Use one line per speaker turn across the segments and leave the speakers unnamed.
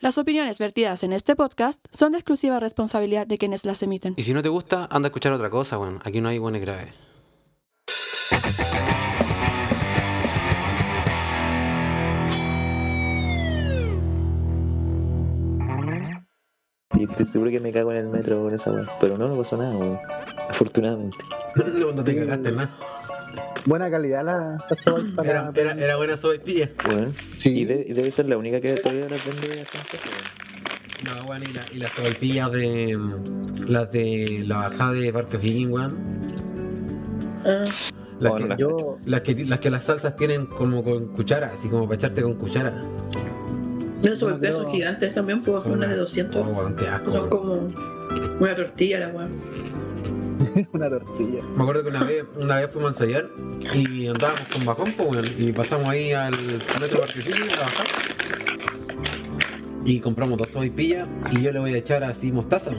Las opiniones vertidas en este podcast son de exclusiva responsabilidad de quienes las emiten.
Y si no te gusta, anda a escuchar otra cosa, weón. Aquí no hay buenas graves.
Y estoy seguro que me cago en el metro con esa weón. Pero no, no pasó nada, weón. Afortunadamente.
No, no te cagaste en nada.
Buena calidad la, la sopa para-
Era, era, era buena sopaipilla.
Weón.
Sí.
Y de- y debe ser la única que todavía las vende a Santa Fe, weón.
No, weón, y, la- y las sopaipillas de. mm, Las de la bajada de Parque Higgins, weón. Las,
Oh,
Ah,
no
que,
las
Yo,
las, que, las que las salsas tienen como con cuchara, así como para echarte con cuchara.
Unas sobrepesos gigantes también, puedo hacer unas de 200.
Oh, weón, qué asco.
Son
weón.
como una tortilla la weá.
una tortilla.
Me acuerdo que una vez, una vez fuimos al Sayar y andábamos con Bajón, po, weón, y pasamos ahí al metro Parque Higgins, a bajar. Y compramos dos sopaipillas y yo le voy a echar así mostaza.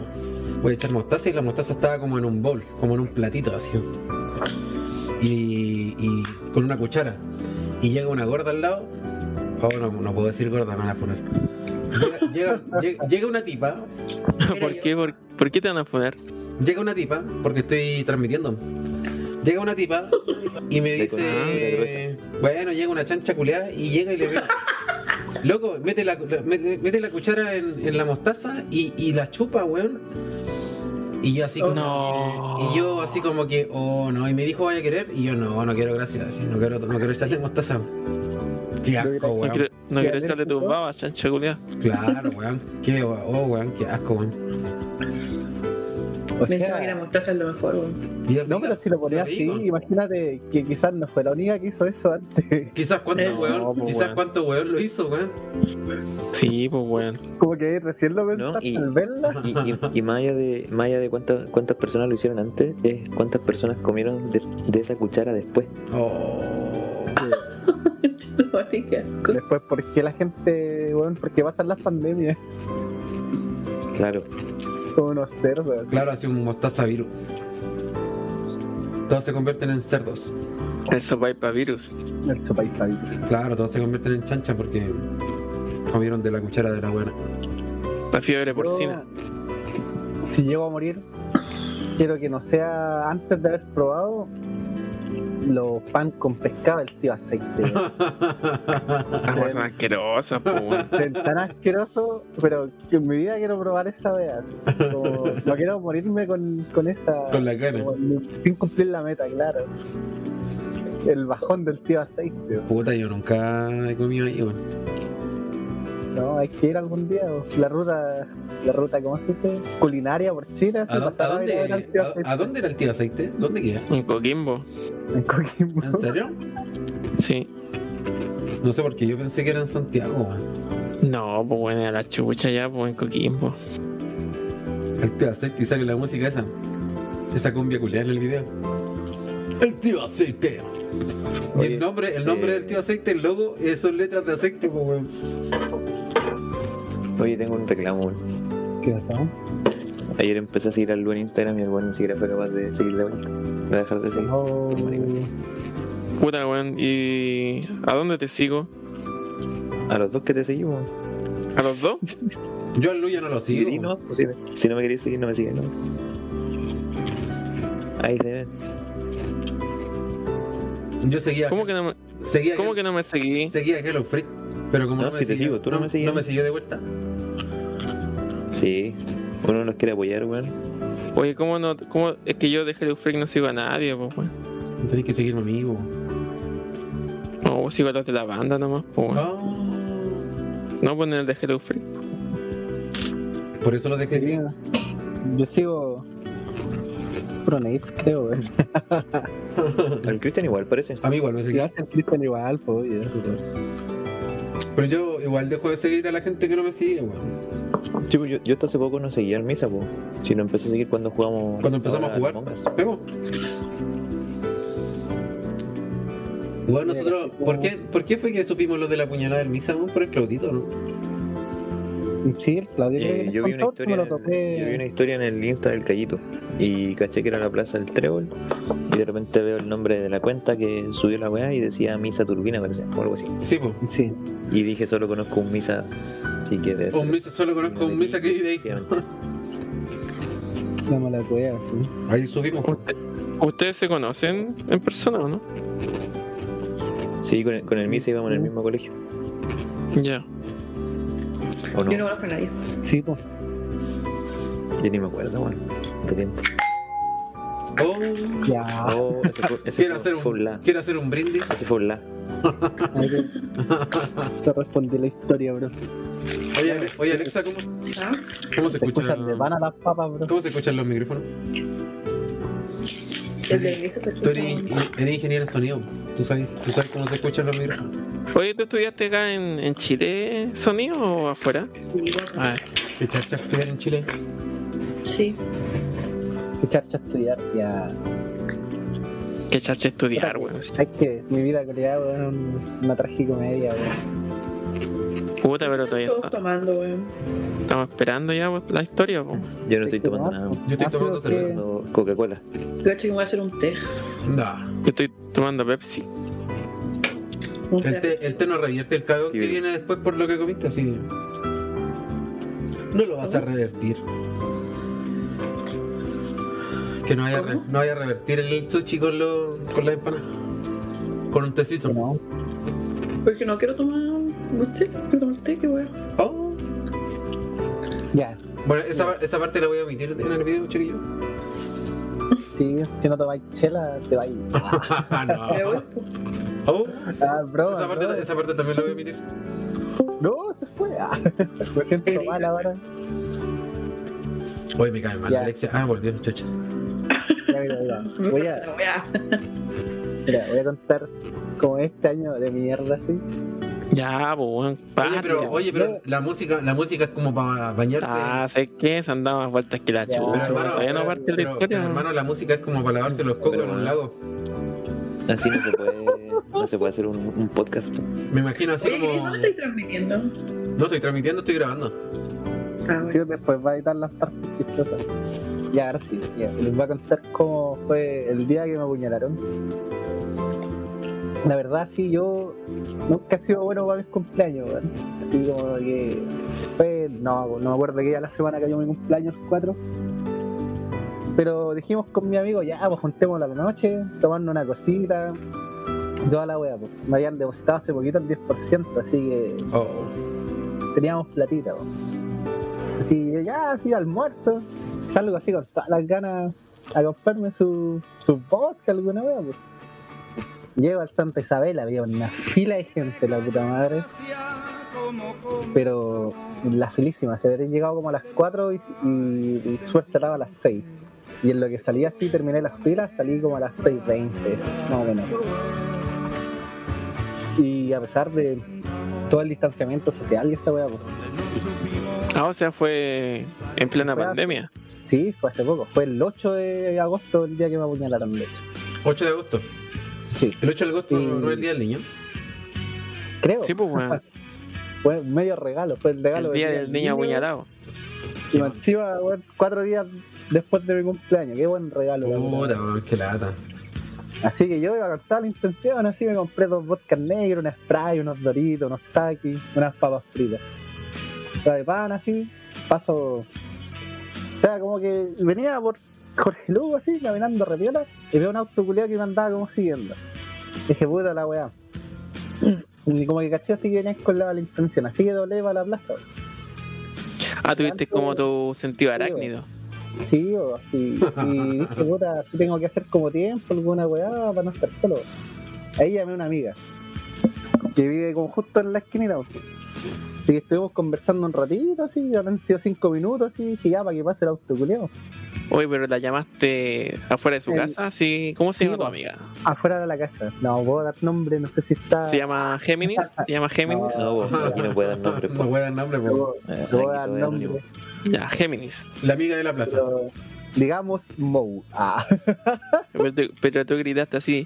Voy a echar mostaza y la mostaza estaba como en un bowl, como en un platito así. Y, y con una cuchara. Y llega una gorda al lado. Oh, no, no puedo decir gorda, me van a poner. Llega, llega- llega- llega una tipa,
¿Por qué? ¿Por, por qué te van a poner?
Llega una tipa, porque estoy transmitiendo. Llega una tipa y me
De
dice. Bueno, llega una chancha culeada y llega y le pega. Loco, mete la, la- mete, mete la cuchara en, en la mostaza y, y la chupa, weón. Y yo
Oh,
así como
No.
que- y yo así como que, oh no, y me dijo vaya a querer, y yo no, no quiero gracias, así, no quiero, no quiero echarle mostaza. Qué asco,
No
weón.
quiero, no quiero
Ya,
echarle tus
¿no?
babas, chancha culiá.
Claro, weón. Qué gua- oh, weón, qué asco, weón.
O
Pensaba
sea,
que la mostaza es lo mejor, weón.
Y es
no,
rica,
pero si lo
sí,
ponías así,
rico.
imagínate que quizás no fue la única que hizo eso antes.
Quizás cuánto
Eh,
weón,
no, pues,
quizás
weón.
cuánto weón lo hizo, weón.
Sí, pues weón.
Como que ahí recién lo
No,
pensaste
y-
al verla.
Y, y, y más allá de, más allá de cuántas, cuántas personas lo hicieron antes, es cuántas personas comieron de, de esa cuchara después.
Oh.
Qué asco.
Después, ¿por qué la gente, bueno, porque pasan las pandemias?
Claro.
Son unos cerdos.
Claro, hace un mostaza virus. Todos se convierten en cerdos.
El sopaipa virus.
El sopaipavito.
Claro, todos se convierten en chancha porque comieron de la cuchara de la buena.
La fiebre porcina.
Yo, Si llego a morir, quiero que no sea antes de haber probado los pan con pescado el tío aceite. weón.
Las cosas asquerosas, pues weón.
Ven, Tan asqueroso, pero que en mi vida quiero probar esa wea. así, como, No quiero morirme con, con esa.
Con la gana.
como, sin cumplir la meta, claro. El bajón del tío aceite. weón.
Puta, yo nunca he comido ahí, weón.
No, hay que ir algún día. weón. La ruta, la ruta, ¿cómo se dice? Culinaria por China.
¿A,
se
dó- a
pasaba ir ver al
dónde,
tío
a-
aceite.
a dónde era el tío aceite? ¿Dónde queda?
En Coquimbo.
En Coquimbo.
¿En serio?
Sí.
No sé por qué, yo pensé que era en Santiago, weón.
No, pues weón, a la chucha ya, pues en Coquimbo.
El tío aceite y sale la música esa. Esa cumbia culiada en el video. El tío aceite. Y
Oye,
el nombre, el nombre
eh,
del tío aceite, el logo, eh, son letras de aceite, pues, weón.
Oye, tengo un reclamo, weón.
¿Qué pasó?
Ayer empecé a seguir al Lu en Instagram y el weón ni siquiera fue capaz de seguir de vuelta. Me va a dejar de seguir.
No.
Puta weón, ¿y a dónde te sigo?
A los dos que te seguimos.
¿A los dos?
Yo al Luya no lo sigo.
Sí, no, pues, si, si no me querías seguir, no me sigues, ¿no? Ahí se ven.
Yo seguía.
¿Cómo que no me,
seguía
cómo que no me seguí?
Seguía Hello Freak. Pero como no,
No,
me
si te
siguió,
sigo, tú no me sigues.
siguió de vuelta.
Sí. Uno nos quiere apoyar, weón.
Oye, ¿cómo no? Cómo, es que yo dejé el Freak y no sigo a nadie, pues weón.
Tenés que seguirme amigo.
No, pues, sigo a los de la banda nomás, pues
¿Ah?
weón. No poner el de Hello Freak.
Por eso lo dejé seguir.
Yo sigo. Proneif, creo, güey.
Al Cristian igual, parece.
A mí igual me
Si
seguía.
vas a Cristian igual, pues, ya.
Pero yo igual dejo de seguir a la gente que no me sigue, weón.
Chico, pues, yo, yo hasta hace poco no seguía al Misa, po. Si no empecé a seguir cuando jugamos.
Cuando empezamos
ahora
a jugar.
Among Us.
Vemos. Igual nosotros,
chico.
¿por qué, ¿por qué fue que supimos lo de la puñalada del misa? weón? Por el Claudito, ¿no?
Sí, el Claudio. creo
Eh,
que
yo, vi
con
una
todo me
historia,
lo topé.
yo vi una historia en el Insta del Callito y caché que era la plaza del Trébol y de repente veo el nombre de la cuenta que subió la weá y decía Misa Turbina, parece, o algo así.
Sí, pues.
Sí,
Y dije, solo conozco un Misa, si quieres.
Un misa, solo conozco un misa que vive ahí.
la mala cueva, sí.
Ahí subimos.
Usted- ¿Ustedes se conocen en persona o no?
Sí, con el, con el Misa íbamos en el mismo colegio.
Ya.
¿O no?
Yo no
Yo
conozco a nadie.
Sí, pues.
ni me acuerdo, bueno. Hace tiempo.
Oh,
Ya.
Oh, ese fue, ese
quiero,
fue-
hacer
fue un la.
un, quiero hacer un brindis.
Ese fue un la.
ahí Te te respondí la historia, bro.
Oye, Ale- oye, Alexa, ¿cómo,
¿Ah?
cómo se
Te
escucha?
escuchan de van a las papas, bro.
¿Cómo se escuchan los micrófonos?
Desde el inicio se
Tú
escucha
eres,
un-
eres ingeniero de sonido. ¿Tú sabes, ¿Tú sabes cómo se escuchan los micrófonos?
Oye, ¿tú estudiaste acá en, en Chile, sonido o afuera? Ah,
Sí, bueno.
A ver.
¿Qué charcha estudiar en Chile?
Sí.
Qué charcha estudiar, ya.
Qué chache estudiar, weón.
Es que mi vida coreana, weón, es una tragicomedia, weón.
Puta, pero todavía
Todos
está-
tomando, weón.
estamos esperando ya pues, la historia, po.
Yo no estoy tomando nada.
Yo estoy tomando
Ácido que-
cerveza.
No, Coca-Cola.
Yo que voy a hacer un té.
No.
Yo estoy tomando Pepsi.
Un
El
té.
té, el té no revierte el cagón
Sí.
que viene después por lo que comiste, así que No lo vas a revertir. Que no vaya, a re-
¿Cómo?
no vaya a revertir el sushi con, lo, con las empanadas. Con un tecito.
que no.
Porque no quiero tomar un té. Quiero tomar té, qué weón.
Oh.
Ya,
Bueno, esa, par- esa parte la voy a omitir en el video, chiquillo.
sí, si no tomáis chela, te vais.
Me voy,
no.
pues.
Oh,
Ah, bro.
esa, parte,
bro.
esa parte también la voy a omitir.
No, se fue. Ah, me siento mal ahora.
Hoy me cae mal,
Ya.
Alexia. Ah, volvió, chocha.
Ya, mira, mira. Voy a,
La weá.
mira, voy a contar como este año de mierda, así.
Ya, po, weón.
Oye, pero,
Párate.
oye, pero
No.
la música, la música es como para bañarse.
Ah, sé que se han dado más vueltas que la
Ya,
chucha.
Pero hermano,
Todavía no
pero-
parte la
pero,
historia.
pero, hermano, la música es como para lavarse los cocos
Pero
en un
bueno.
lago.
Así no se puede, no se puede hacer un, un podcast.
Me imagino así
Oye, ¿y
como.
¿dónde estoy transmitiendo?
No estoy transmitiendo, estoy grabando.
Ah,
Sí,
bueno.
después va a editar las partes chistosas. Ya, ahora sí, ya. les voy a contar cómo fue el día que me apuñalaron. La verdad, sí, yo nunca he sido bueno para mis cumpleaños, weón. Así como que fue, no, no me acuerdo que ya la semana cayó mi cumpleaños, el 4. Pero dijimos con mi amigo, ya, pues juntémoslo a la noche, tomarnos una cosita, toda la wea, pues. Me habían depositado hace poquito el 10%, así que
Oh.
teníamos platita. po. Así yo ya, así almuerzo, salgo así con todas las ganas a comprarme su, su vodka alguna vez. po. Llego al Santa Isabel, había una fila de gente, la puta madre. Pero la filísima, se había llegado como a las 4 y, y, y Suer cerraba a las 6. Y en lo que salí así, terminé las filas, salí como a las 6.20, más o menos. Y a pesar de todo el distanciamiento social y esa weá, pues,
Ah, o sea, fue en plena
Fue-
pandemia.
Sí, fue hace poco. Fue el 8 de agosto el día que me apuñalaron, de hecho.
8 de agosto.
Sí,
El 8 de agosto
Y-
no es el día del niño.
creo.
Sí, pues, weón.
Fue medio regalo. Fue el regalo
El día del niño apuñalado.
Y me encima, weón, cuatro días después de mi cumpleaños. Qué buen regalo. la
Puta,
verdad.
man, qué lata.
Así que yo iba con toda la intención. Así me compré dos vodkas negros, una spray, unos doritos, unos taquis, unas papas fritas. La de pan, así. Paso. O sea, como que venía por Jorge Lugo, así, caminando repiola. Y veo un auto culiao que me andaba como siguiendo. Dije, puta la weá. Y como que caché así que venían con la, la intención, así que doblé para la plaza.
Ah, tuviste como tu sentido arácnido.
Sí, o así. Y dije, puta, sí tengo que hacer como tiempo, alguna weá, para no estar solo. Ahí llamé a una amiga, que vive como justo en la esquinita. po. Así que estuvimos conversando un ratito, así, habrán sido cinco minutos, así, dije, ya, para que pase el auto culiao.
Oye, pero la llamaste afuera de su
El-
casa, sí. ¿Cómo se
Sí,
llama tu
po.
amiga?
Afuera de la casa. No, puedo dar nombre, no sé si está...
¿Se llama Géminis? ¿Se llama Géminis?
No, vos, aquí no puede dar nombre.
No
po.
voy a dar nombre,
No
po.
puedo-
Eh,
no puedo
aquí
dar
todo es
nombre.
anónimo.
Ya, Géminis.
La amiga de la plaza.
Pero, digamos Mou. Ah,
Pero tú, pero tú gritaste así,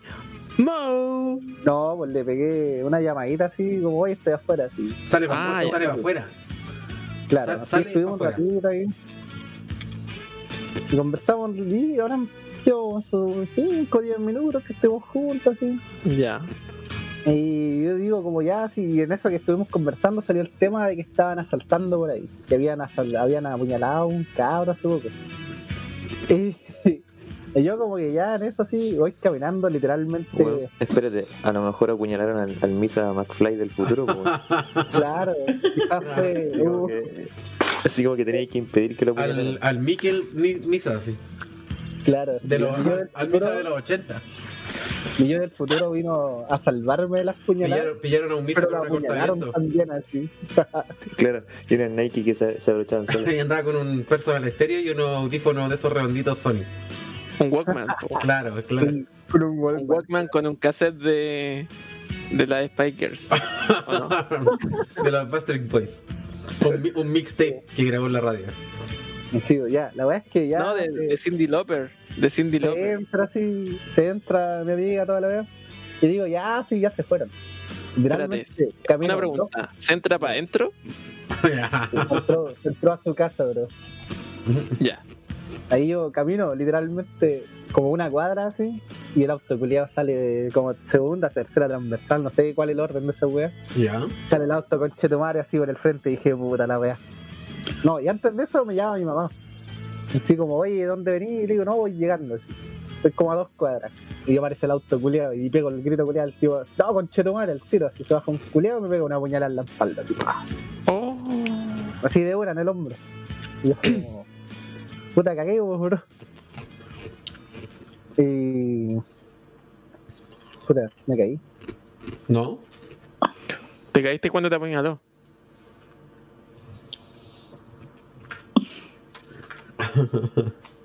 ¡Mo!
no, pues le pegué una llamadita así, como hoy estoy afuera, así.
Sale
Ah,
para
ya.
afuera.
Claro,
Sa-
así
sale
estuvimos un
afuera.
ratito ahí. Y conversamos y ahora han sido 5 o 10 minutos que estuvimos juntos así.
Ya.
Y yo digo, como ya, si en eso que estuvimos conversando salió el tema de que estaban asaltando por ahí, que habían, asal- habían apuñalado a un cabro hace poco. Y, y yo, como que ya en eso sí, voy caminando literalmente,
Weón, espérate, a lo mejor apuñalaron al, al Misa McFly del futuro. po, weón.
claro, quizás fue.
Así como
uh,
que- Así como que teníais que impedir que lo
Al,
apuñalaran.
al Miquel Ni- Misa, sí.
claro,
De los,
Y yo del
al Misa
futuro-
de los 80.
y yo del futuro vino a salvarme de las puñaladas.
Pillaron, pillaron a un Misa con
Pero lo
un
apuñalaron
acortamiento.
también así.
Claro, y eran Nike que se, se abrochaban solas.
Y andaba con un personal estéreo y unos audífonos de esos redonditos Sony.
Un Walkman. po.
Claro, claro.
Con un
Un
Walkman.
Walkman con un cassette de. de la Spikers. ¿O no?
de los Bastard Boys. Un, mi- un mixtape que grabó en la radio.
Sí, ya, la verdad es que ya.
No, de,
eh,
de Cindy Lauper. De Cindy
se
Lauper.
entra así, se entra mi amiga toda la vez. Y digo, ya, sí, ya se fueron. Literalmente, camino
Una pregunta. ¿Se entra para adentro?
bro, entró, entró a su casa, bro.
Ya.
Ahí yo camino literalmente como una cuadra así. Y el auto culiado sale de como segunda, tercera transversal, no sé cuál es el orden de esa weá.
ya.
Sale el auto con Chetumare así por el frente y dije, puta la weá. No, y antes de eso me llama mi mamá. Así como, oye, ¿dónde venís? Y le digo, no, voy llegando. Así. Estoy como a dos cuadras. Y aparece el auto culeado y pego el grito culeado al tipo, no, con Chetumare, el tiro. Así se baja un culeado y me pega una puñalada en la espalda. Así, ¡pah!
Oh.
así de una en el hombro. Y yo fui como, puta cagué, pues, bro. Y. Puta, me caí.
¿No?
¿Te caíste cuando te apuñaló?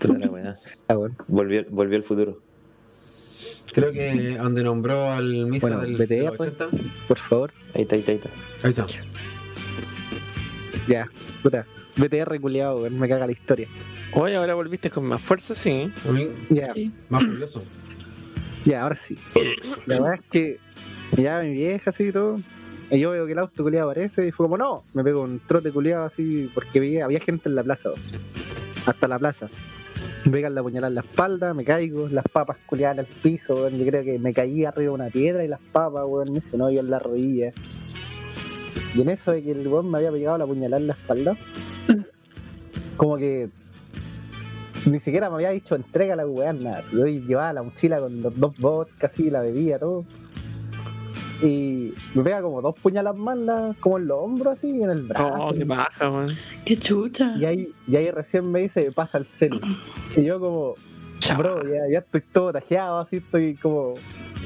Puta la weá.
Ah, bueno.
Volvió, volvió al futuro.
Creo que donde nombró al Misa
Bueno,
del,
vete
de
ya,
los
pues.
80.
Por favor.
Ahí está, ahí está, ahí está.
Ahí está.
Ya, puta. BTR culiado, weón, me caga la historia.
Oye, ahora volviste con más fuerza, sí.
A mí,
Ya,
Sí.
más curioso.
ya, ahora sí. La verdad es que ya mi vieja así y todo. Y yo veo que el auto culiado aparece y fue como, no, me pego un trote culiado así porque vi- había gente en la plaza. weón. Hasta la plaza. Me pegan la puñalada en la espalda, me caigo, las papas culiadas al piso, weón. Yo creo que me caí arriba de una piedra y las papas, weón, me hizo un hoyo en la rodilla. Y en eso de que el weón me había pegado la puñalada en la espalda, como que ni siquiera me había dicho entrega la weá, nada. Si Yo llevaba la mochila con los dos bots, casi la bebía, todo. Y me pega como dos puñalas más, la- como en los hombros así y en el brazo.
Oh, qué baja, weón.
Qué chucha.
y, ahí, y ahí recién me dice, pasa el cel. Y yo como,
Chao.
Bro, ya, ya estoy todo tajeado, así estoy como,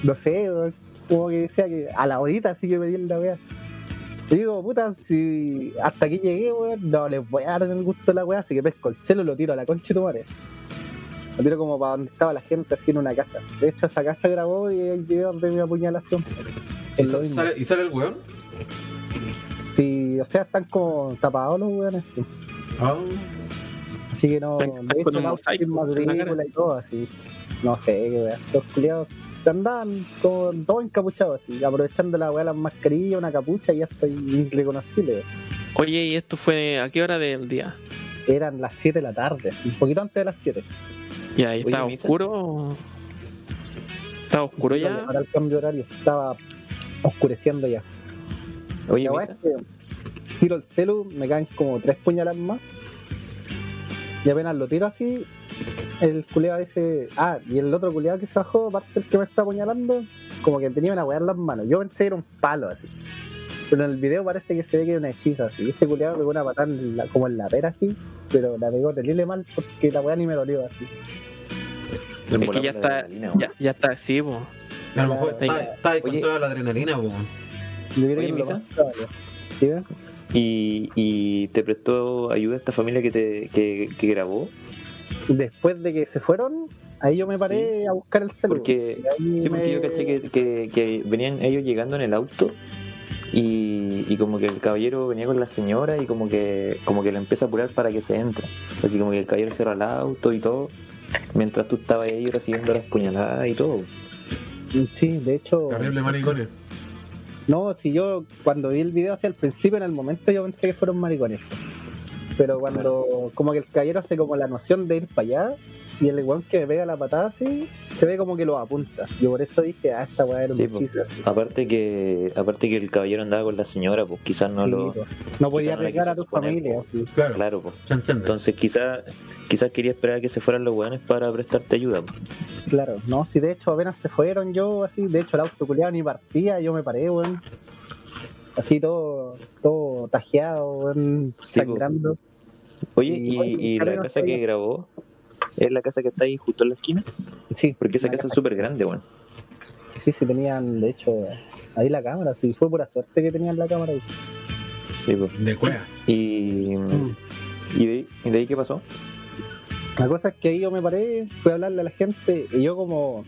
no sé, bro, como que decía que a la horita sí que me di en la weá. Y digo, puta, si hasta aquí llegué, weón, no les voy a dar el gusto a la weá, así que pesco el celo, lo tiro a la concha de tu madre. Lo tiro como para donde estaba la gente, así en una casa. De hecho, esa casa grabó y hay videos de mi apuñalación.
¿Y,
Es lo
sa-
mismo.
sale, y sale el weón?
Sí, o sea, están como tapados los weones. sí.
Ah,
Así que no, de
Están- están
hecho,
con un
el auto
mosaico
tiene
en la cara.
matrícula y todo así. No sé, qué wea. Los culiados andaban con todo encapuchado así, aprovechando la weá, las mascarillas, una capucha y ya estoy irreconocible. wea.
Oye, ¿y esto fue a qué hora del día?
Eran las 7 de la tarde, así, un poquito antes de las 7.
¿Y ahí
Oye,
está
Misa.
oscuro? ¿Está oscuro ya?
Ahora el cambio de horario estaba oscureciendo ya.
Oye,
La weá
Misa,
es que tiro el celu, me caen como tres puñaladas más. Y apenas lo tiro así, el culeado dice. Ah, y el otro culeado que se bajó, aparte el que me está apuñalando, como que tenía una weá en las manos. Yo pensé que era un palo así. Pero en el video parece que se ve que era una hechiza así. Ese culeado pegó una patada en la- como en la pera así, pero la pegó terrible mal porque la weá ni me dolió así.
me
Es que
volaron
ya
la
está,
adrenalina, weón.
ya, ya está así, po.
a lo mejor
Claro.
está, está ahí con
Oye.
toda la adrenalina, weón.
Yo creo
Oye,
que me lo
Misa.
pasó, weón. ¿Sí ves?
Y, y te prestó ayuda esta familia que te que, que grabó.
Después de que se fueron, ahí yo me paré a buscar el celu.
Porque-
y ahí
Sí, porque yo
me-
caché que, que, que venían ellos llegando en el auto y, y como que el caballero venía con la señora y como que como que la empieza a apurar para que se entre. Así como que el caballero cierra el auto y todo, mientras tú estabas ahí recibiendo las puñaladas y todo.
Sí, de hecho.
Terrible maricones.
No, si yo cuando vi el video hacia el principio, en el momento yo pensé que fueron maricones. Pero cuando, como que el caballero hace como la noción de ir para allá, y el igual que me pega la patada así, se ve como que lo apunta. Yo por eso dije, ah, esta weá era un
Sí, pues, ah, po.
hechizo.
Aparte que, aparte que el caballero andaba con la señora, pues quizás no
Sí,
lo.
po. No podía
quizá no la
arriesgar a
quiso
tu
poner,
familia. sí.
Claro,
Claro, pues.
se entiende.
Entonces quizás quizás quería esperar a que se fueran los weones para prestarte ayuda. pues. po.
Claro, no, si de hecho apenas se fueron yo, así, de hecho el auto culiado ni partía, yo me paré, weón. Así todo, todo tajeado, weón,
Sí, po.
sangrando.
Oye,
Y-
y,
oye,
y la
caballero,
casa
oye.
que grabó es la casa que está ahí justo en la esquina,
Sí,
porque esa
una
casa es súper grande, weón.
Sí, sí, tenían, de hecho, ahí la cámara, sí, fue pura suerte que tenían la cámara ahí.
Sí, po.
De cueva.
Y, y, de, ahí- y de ahí qué pasó?
La cosa es que ahí yo me paré, fui a hablarle a la gente y yo como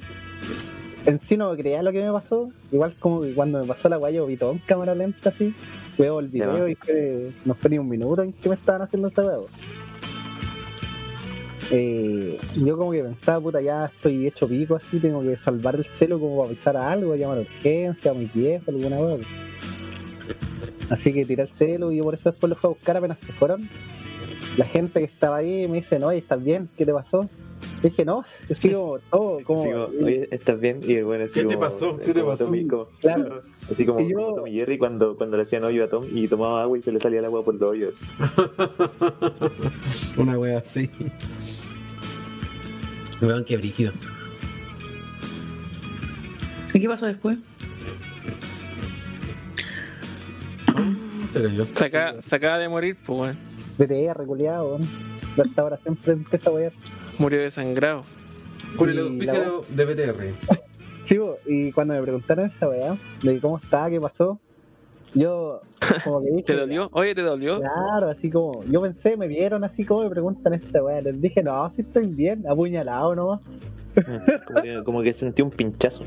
en sí no creía lo que me pasó, igual como que cuando me pasó la guay yo vi todo en cámara lenta así, veo el
Ya.
video y fue- no fue ni un minuto en que me estaban haciendo esa huevo. Eh, yo como que pensaba, puta, ya estoy hecho pico así, tengo que salvar el celo como para avisar a algo, llamar a urgencia, a mi viejo, alguna huevo. Así que tiré el celo y yo por eso después lo fui a buscar apenas se fueron. La gente que estaba ahí me dice, no, ¿estás bien? ¿Qué te pasó? Yo dije, no, yo sigo todo, como...
Así como, oye, ¿estás bien? Y bueno, así
¿Qué te
como- eh,
pasó? ¿Qué te
como
pasó?
Tommy, como-
claro.
así como,
Y yo-
como Tom y Jerry cuando, cuando le hacían hoyo a Tom y tomaba agua y se le salía el agua por los hoyos.
Una wea así. Weón, qué brígido.
¿Y qué pasó después?
Se cayó.
Se acaba, se acaba de morir, pues, weón.
BTR, culiado, weón. Yo hasta ahora siempre empieza a wear.
Murió desangrado.
Con el
Y la
auspicio de BTR.
Sí, po, y cuando me preguntaron esa weá, de cómo estaba, qué pasó, yo como que dije.
¿Te dolió? Oye, ¿te dolió?
Claro, así como, yo pensé, me vieron así como me preguntan esta weá. Les dije, no, si estoy bien, apuñalado nomás.
Como que, como que sentí un pinchazo.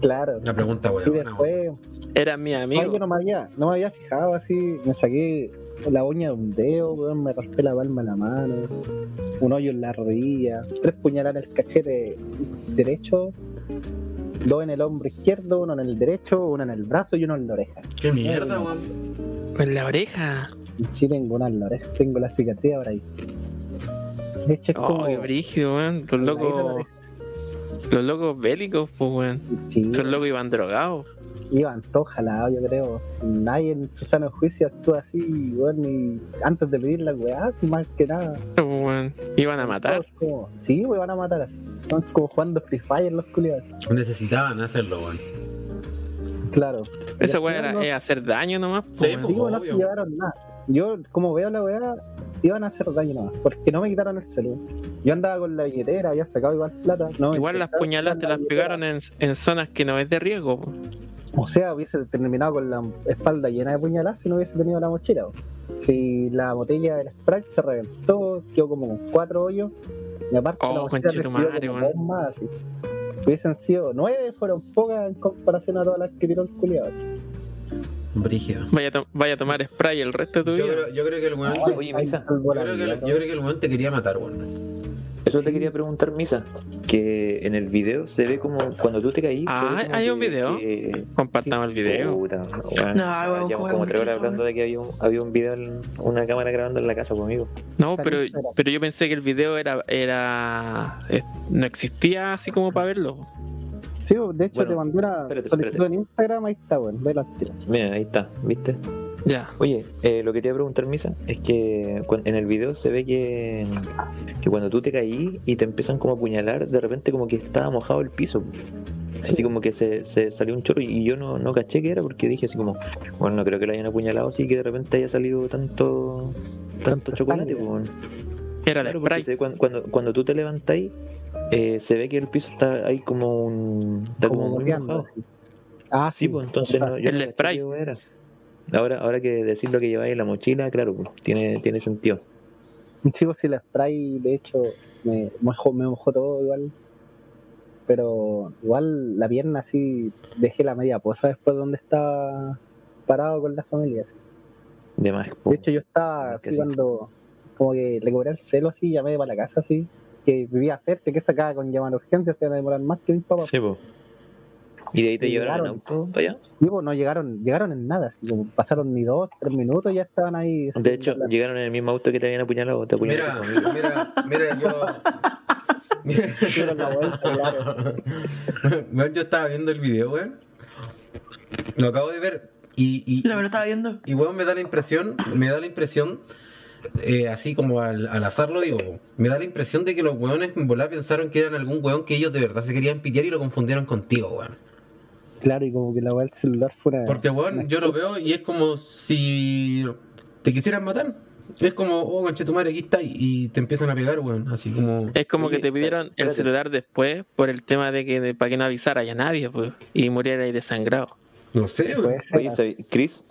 Claro.
La pregunta
Y
weona, weón.
después,
Era mi
ay, yo
amigo.
no me había, no me había fijado así, me saqué la uña de un dedo, weón, me raspé la palma en la mano, un hoyo en la rodilla, tres puñaladas en el cachete derecho, dos en el hombro izquierdo, uno en el derecho, uno en el brazo y uno en la oreja.
Qué
eh,
mierda, weón.
En la oreja.
Y Sí tengo una en la oreja, tengo la cicatriz ahora ahí. De hecho es
Oh,
como...
qué brígido, weón. Los locos. Los locos bélicos, pues, weón.
Sí,
Los locos iban drogados.
iban todos jalados, yo creo. Si nadie en su sano juicio actúa así, bueno, y antes de pedir la weá, así más que nada.
pues, weón. Iban a matar.
Todos como, sí, me van a matar así. Son como jugando Free Fire los culiados.
Necesitaban hacerlo, weón.
Claro.
Esa weón era es hacer daño nomás, pues,
Sí,
weón.
pues.
Sí, bueno, no se
Obvio.
llevaron nada. Yo, como veo la weá, iban a hacer daño nada, porque no me quitaron el celular. Yo andaba con la billetera, había sacado igual plata. No, me
Igual las
intentaron
puñaladas te
quitar la
las pegaron en, en zonas que no es de riesgo. po.
O sea, hubiese terminado con la espalda llena de puñaladas si no hubiese tenido la mochila. po. Si la botella del Sprite se reventó, quedó como con cuatro hoyos. Y aparte,
Oh,
la mochila les quedó
conchetumare,
como
weón.
dos más, así. Hubiesen sido nueve, fueron pocas en comparación a todas las que tiró el culiado. así.
Brígido.
Vaya, a to- vaya a tomar spray el resto de tu
Yo
vida.
creo, yo creo que el weón.
Oye, oye,
Ahí
Misa,
salvó
Yo
la
creo, que
vida,
el,
¿no?
yo creo que el weón te quería matar, weón.
Eso te quería preguntar, Misa. Que en el video se ve como cuando tú te caí.
Ah, ¿hay un video? Compartamos el video.
Puta, weón.
No, weón,
Llevamos
weón,
como tres horas
weón.
hablando de que había un, había un video, en- una cámara grabando en la casa pues, conmigo.
No,
Está
pero,
listo, era.
pero yo pensé que el video era, era eh, no existía así como para verlo. po.
Sí, po, de hecho,
Bueno,
te mandé una
espérate,
solicitud
espérate.
en Instagram, ahí está, weón. Ve la tira.
Mira, ahí está, ¿viste?
Ya.
Oye, eh, lo que te iba a preguntar, Misa, es que cuan- en el video se ve que, que cuando tú te caí y te empiezan como a apuñalar, de repente como que estaba mojado el piso. Así como que se, se salió un chorro y yo no, no caché que era porque dije así como, bueno, no creo que le hayan apuñalado así que de repente haya salido tanto tanto chocolate.
sangre.
po, weón.
Era el
Claro, porque
spray.
se ve cuan- cuando, cuando, tú te levantáis, eh, se ve que el piso está ahí como un... Está como, muy
goteando,
mojado.
así. Ah,
Sí, pues entonces no, yo
El
no caché
spray.
qué hueá era. Ahora, ahora que decir lo que lleváis en la mochila, claro, pues, tiene, tiene sentido.
Sí, pues sí, la spray, de hecho, me mojó, me mojó todo igual. Pero igual la pierna así, dejé la media posa después donde estaba parado con la familia. así.
De más. pues. po.
De hecho, yo estaba
Es que
así
sí.
cuando, como que le cobré el celo así, llamé para la casa así, que vivía cerca, que sacaba con llamar a urgencia, se iban a demorar más que mis papás.
Sí, po. pues. ¿Y de ahí te
Sí,
llevaron en
llegaron.
auto para allá?
Sí, pues, no llegaron, llegaron en nada, así como pasaron ni dos, tres minutos y ya estaban ahí.
De hecho, llegaron en el mismo auto que te habían apuñalado. Te apuñalaste
Mira,
conmigo.
mira, mira, yo.
Dieron la vuelta, claro.
Weón, yo estaba viendo el video, weón. Lo acabo de ver. Y, y,
No, me lo estaba viendo.
y weón, me da la impresión, me da la impresión, eh, así como al, al azar lo digo, weón, me da la impresión de que los weones en volá pensaron que eran algún weón que ellos de verdad se querían pitear y lo confundieron contigo, weón.
Claro, y como que la weá del celular fue una.
Porque, weón, yo lo veo y es como si te quisieran matar. Es como, oh, conche tu madre, aquí está, y te empiezan a pegar, weón. Así como.
Es como
Oye,
que te
sa-
pidieron el
espérate.
celular después por el tema de que de- para que no avisara ya nadie pues, y muriera ahí desangrado.
No sé, weón.
Puede ser,
Oye, ¿sabí- Chris,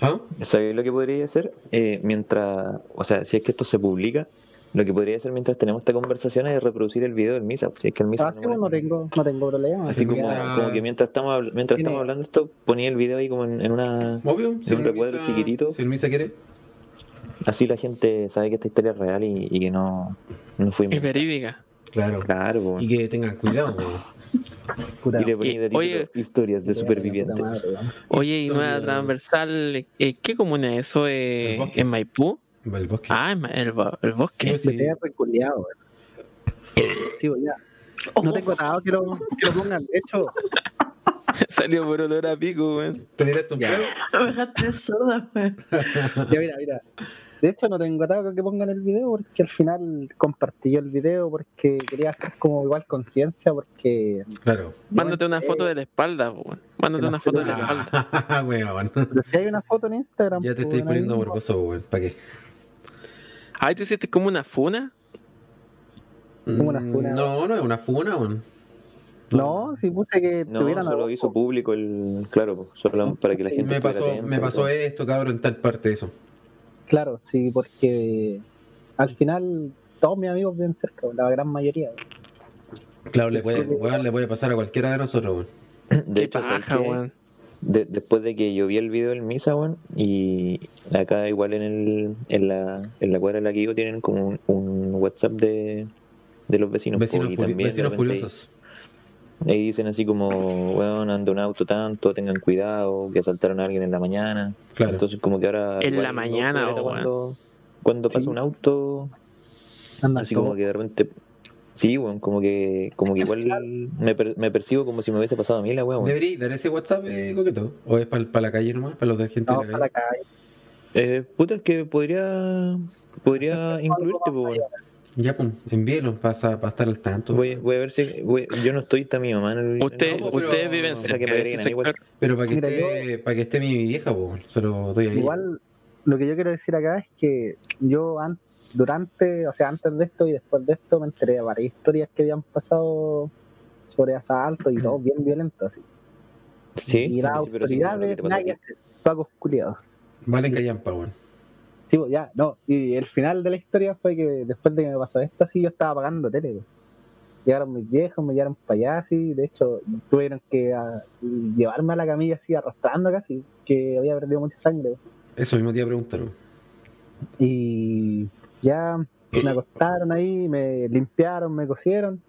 ¿Ah?
¿sabéis lo que podría hacer? Eh, mientras, o sea, si es que esto se publica, lo que podría hacer mientras tenemos esta conversación es reproducir el video del misa. Si es que el misa
Ah, sí, pues, no
molesta.
tengo, no tengo problema.
Así
Sí,
como,
Misa-
como que mientras estamos, habl- mientras
Tiene-
estamos hablando esto, ponía el video ahí como en, en una...
Obvio,
un
el
recuadro
Misa-
chiquitito.
Si el Misa quiere.
Así la gente sabe que esta historia es real y, y que no, no fuimos.
Es verídica.
Claro.
Claro, po.
Y que tengan cuidado, weón.
Pura-
Y le ponía de título,
Oye.
historias de
pura puta
supervivientes.
madre, weón.
Oye, y nueva
Historias.
transversal, eh, ¿qué comuna es eso eh,
El bosque.
en Maipú?
El bosque.
Ah, en Ma- el, bo- el bosque.
Sí.
Me quedé Pues reculeado, weón. Sí, weón, ya. No tengo atado, quiero que lo pongan. De hecho,
Salió por olor a pico, weón.
¿Te tiraste un
Ya.
pedo?
Me dejaste sorda, weón.
ya mira, mira. De hecho, no tengo atado con que pongan el video porque al final compartí yo el video porque quería hacer como igual conciencia porque
Claro.
Mándate una
eh,
foto de la espalda, po, weón. Mándate
Que
una
las
foto de la espalda.
Ah, weón.
Pero si hay una foto en Instagram.
Ya te
pues,
estoy
weón,
poniendo
ahí,
morboso, weón. ¿Para qué?
Ahí te hiciste como una funa.
Como una funa.
Mm, No, no es una funa, weón.
No, si puse que
No,
tuvieran pues,
solo
algo.
hizo público el... Claro, po, solo para que la gente...
Me
estuviera
pasó,
atenta
me
y
pasó
todo.
esto, cabrón, en tal parte eso.
Claro, sí, porque al final todos mis amigos viven cerca, pues, la gran mayoría.
Claro, le puede, weón, le puede pasar a cualquiera de nosotros, weón.
De
Qué
hecho, ¿sabes
paja,
qué?
weón.
De- después de que yo vi el video del misa, weón, y acá igual en, el, en, la, en la cuadra en la que yo tienen como un, un WhatsApp de, de los vecinos. po,
Vecinos, furi-
y también de
vecinos
repente
furiosos.
Ahí, ahí dicen así como, weón, anda un auto tanto, tengan cuidado, que asaltaron a alguien en la mañana.
Claro.
Entonces como que ahora...
En
igual
la
no
mañana,
tolera
weón.
Cuando, cuando pasa
Sí.
un auto,
Andan
así
todos.
como que de repente... Sí, weón, como que, como que igual me, per- me percibo como si me hubiese pasado a mí la weón.
¿Deberí dar ese WhatsApp, eh, coqueto? ¿O es para la calle nomás? ¿Para los de gente
No,
de
para
la
la
calle?
calle.
Eh, puta, es que podría, podría incluirte, pues, bueno.
Ya, pum, envíelo para estar al tanto.
voy, voy a ver si, voy- yo no estoy, está mi mamá en el-
Usted,
en el-
pero-
ustedes viven
o sea, que me
cerca de ese
agreguen igual.
sector.
Pero para que,
Mira,
esté, para que esté mi vieja, po, se lo doy ahí.
Igual, lo que yo quiero decir acá es que yo an- durante, o sea, antes de esto y después de esto me enteré de varias historias que habían pasado sobre asaltos y todo bien violento así.
Sí,
y
sí,
las
sí, pero sí, como lo que
autoridades,
te pasó a
nada
ti.
que hacer, pacos culiados.
Vale en Callampa, weón.
Sí, pues, ya, no. Y el final de la historia fue que después de que me pasó esto, sí, yo estaba pagando tele. pues. Llegaron mis viejos, me llevaron para allá, sí. De hecho, tuvieron que ah, llevarme a la camilla así, arrastrando casi, que había perdido mucha sangre. pues.
Eso mismo te iba a preguntar, weón.
Y ya me acostaron ahí, me limpiaron, me cosieron.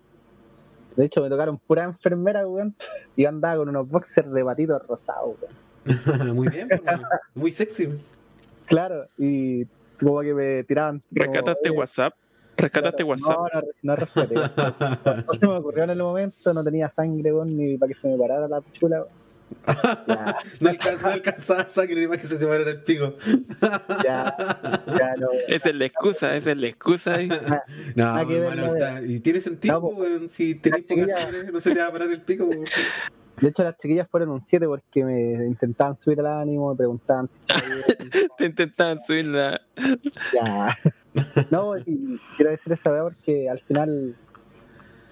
De hecho, me tocaron pura enfermera, weón. Y yo andaba con unos boxers de patitos rosados, weón.
Muy bien, po, weón. Muy sexy. weón.
Claro, y como que me tiraban. como,
Rescataste
"Oye,
WhatsApp. Rescataste
claro,
WhatsApp.
No, no, no rescaté. No se me ocurrió en el momento, no tenía sangre, weón, ni para que se me parara la pichula. weón. Ya,
No, alca- no alcanzaba sangre ni más que se te parara el pico.
ya, ya, no.
Esa es la excusa, esa es la excusa. ahí.
No,
Nada que ver,
hermano,
nada que
está- y tiene sentido,
No, po.
weón. Si tenés
La
poca
chiquilla-
sangre, no se te va a parar el pico, weón.
De hecho, las chiquillas fueron un 7 porque me intentaban subir al ánimo, me preguntaban si estaba bien.
Te intentaban subir la.
Ya. No, y quiero decir esa weá porque al final,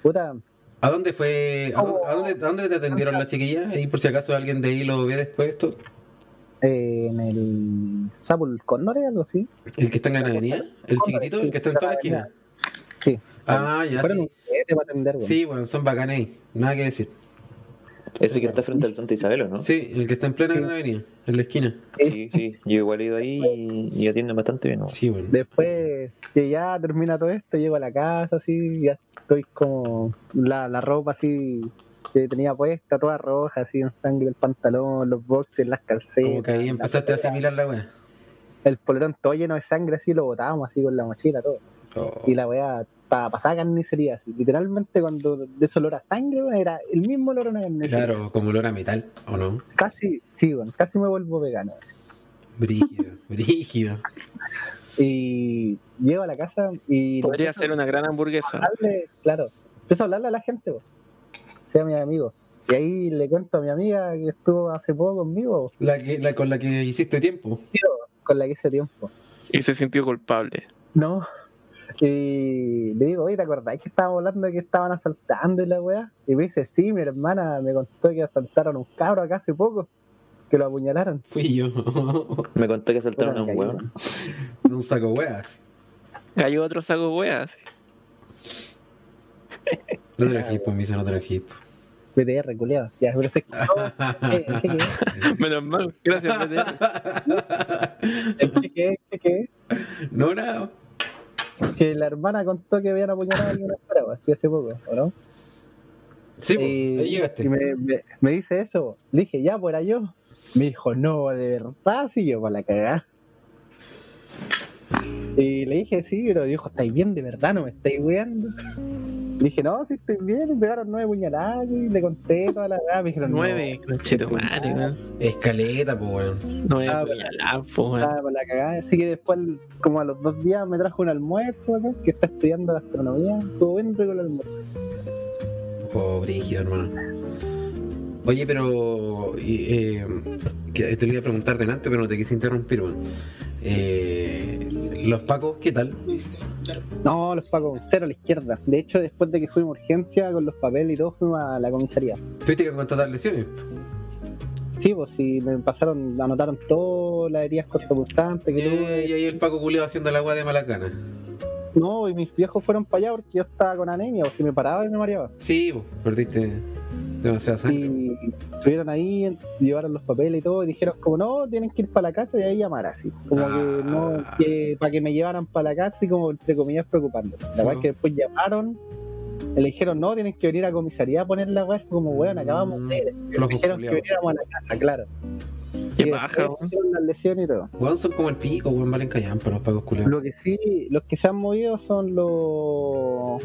puta,
¿A dónde fue? ¿A dónde, a dónde- a dónde te atendieron las chiquillas? Ahí por si acaso alguien de ahí lo ve después esto.
eh, en el Sapul Cóndor algo así,
¿El que está en la avenida? ¿El chiquitito? ¿El que está en toda la esquina?
Sí.
Ah, ya
fueron
sí.
un 7 para atender, weón.
Sí, weón, son bacanes ahí. Nada que decir.
Ese que está frente al Santa Isabel, ¿o ¿no?
Sí, el que está en plena Gran Avenida, en la esquina.
sí, sí, Yo igual he ido ahí y, y atienden bastante bien. ¿no?
Sí, bueno.
Después que ya termina todo esto, llego a la casa, así, ya estoy como la, la ropa así que tenía puesta, toda roja, así en sangre, el pantalón, los boxes, las calcetas.
Como que ahí
la
empezaste a
polera,
asimilar la weá.
El polerón todo lleno de sangre, así lo botábamos, así con la mochila, todo.
Oh.
Y la weá, para pasar carnicería, así. Literalmente, cuando de ese olor a sangre, weón, era el mismo olor a una carnicería.
Oh, Claro, como olor a metal, ¿o no?
Casi, sí, weón, casi me vuelvo vegano. así.
Brígido, brígido.
Y llego a la casa y.
Podría
empiezo a
ser una gran hamburguesa.
hablarle- claro, empiezo a hablarle a la gente, weón. Sí, a mis amigos. Y ahí le cuento a mi amiga que estuvo hace poco conmigo, weón,
La que, la con la que hiciste tiempo.
con la que hice tiempo.
Y se sintió culpable.
No. Y le digo, oye, ¿te acordáis que estábamos hablando de que estaban asaltando y la weá? Y me dice, sí, mi hermana me contó que asaltaron a un cabro acá hace poco, que lo apuñalaron.
Fui yo.
Me contó que saltaron a un
Puta, me
hueón.
un saco weas.
Cayó otro saco weas.
No trajiste, pues, misa, no trajiste.
BTR, culiado. Ya, pero se escuchó. ¿Qué, qué, qué,
Menos mal. Gracias, BTR.
qué, qué, qué, qué?
no, no.
Que la hermana contó que habían apuñalado a alguien afuera, weá, así hace poco, ¿o no?
Sí, pues,
Y-
ahí
Eh, Y
llegaste.
me, me- me dice eso. Le dije, ya, por yo. Me dijo, no, de verdad, sí, yo para la cagada. Y le dije, sí, pero dijo, ¿estáis bien de verdad? ¿No me estáis weando? Le dije, no, sí estoy bien. Y pegaron nueve puñaladas y le conté toda la verdad. Me dijeron,
Nueve, conchetumare, weón.
Escaleta, pues, weón.
Nueve
Ah,
puñaladas, po,
No,
weón.
estaba para la cagada. Así que después, como a los dos días, me trajo un almuerzo acá, que está estudiando gastronomía. Estuvo bien rico el almuerzo.
Oh, brígido, hermano. Oye, pero. y, eh, que te lo iba a preguntar delante, pero no te quise interrumpir, weón. Eh, los pacos, ¿qué tal?
No, los pagó cero a la izquierda. De hecho, después de que fuimos a urgencia con los papeles y todo, fuimos a la comisaría.
¿Tuviste que contratar lesiones?
Sí, pues sí, me pasaron, anotaron todas las heridas cortopuntantes que
Eh,
tuve.
y ahí el Paco culeo haciendo la agua de Malacana.
No, y mis viejos fueron para allá porque yo estaba con anemia, o si me paraba y me mareaba.
Sí, vos, perdiste demasiada sangre. vos.
Y estuvieron ahí, en- llevaron los papeles y todo, y dijeron como no, tienen que ir para la casa y ahí llamar así. Como que no,
Ah.
que, para que me llevaran para la casa y como entre comillas preocupándose. La verdad
Ujú.
es que después llamaron, le dijeron no, tienen que venir a comisaría a poner la weá, fue como weón, acabamos de ir.
Mm,
Me
flojos
dijeron que
culiados.
viniéramos a la casa, claro.
Qué
Y
paja,
después
weón.
hicieron las lesiones y todo.
Weón, son como el pico, weón, valen callampa los Pacos culeados.
Lo que sí, los que se han movido son los.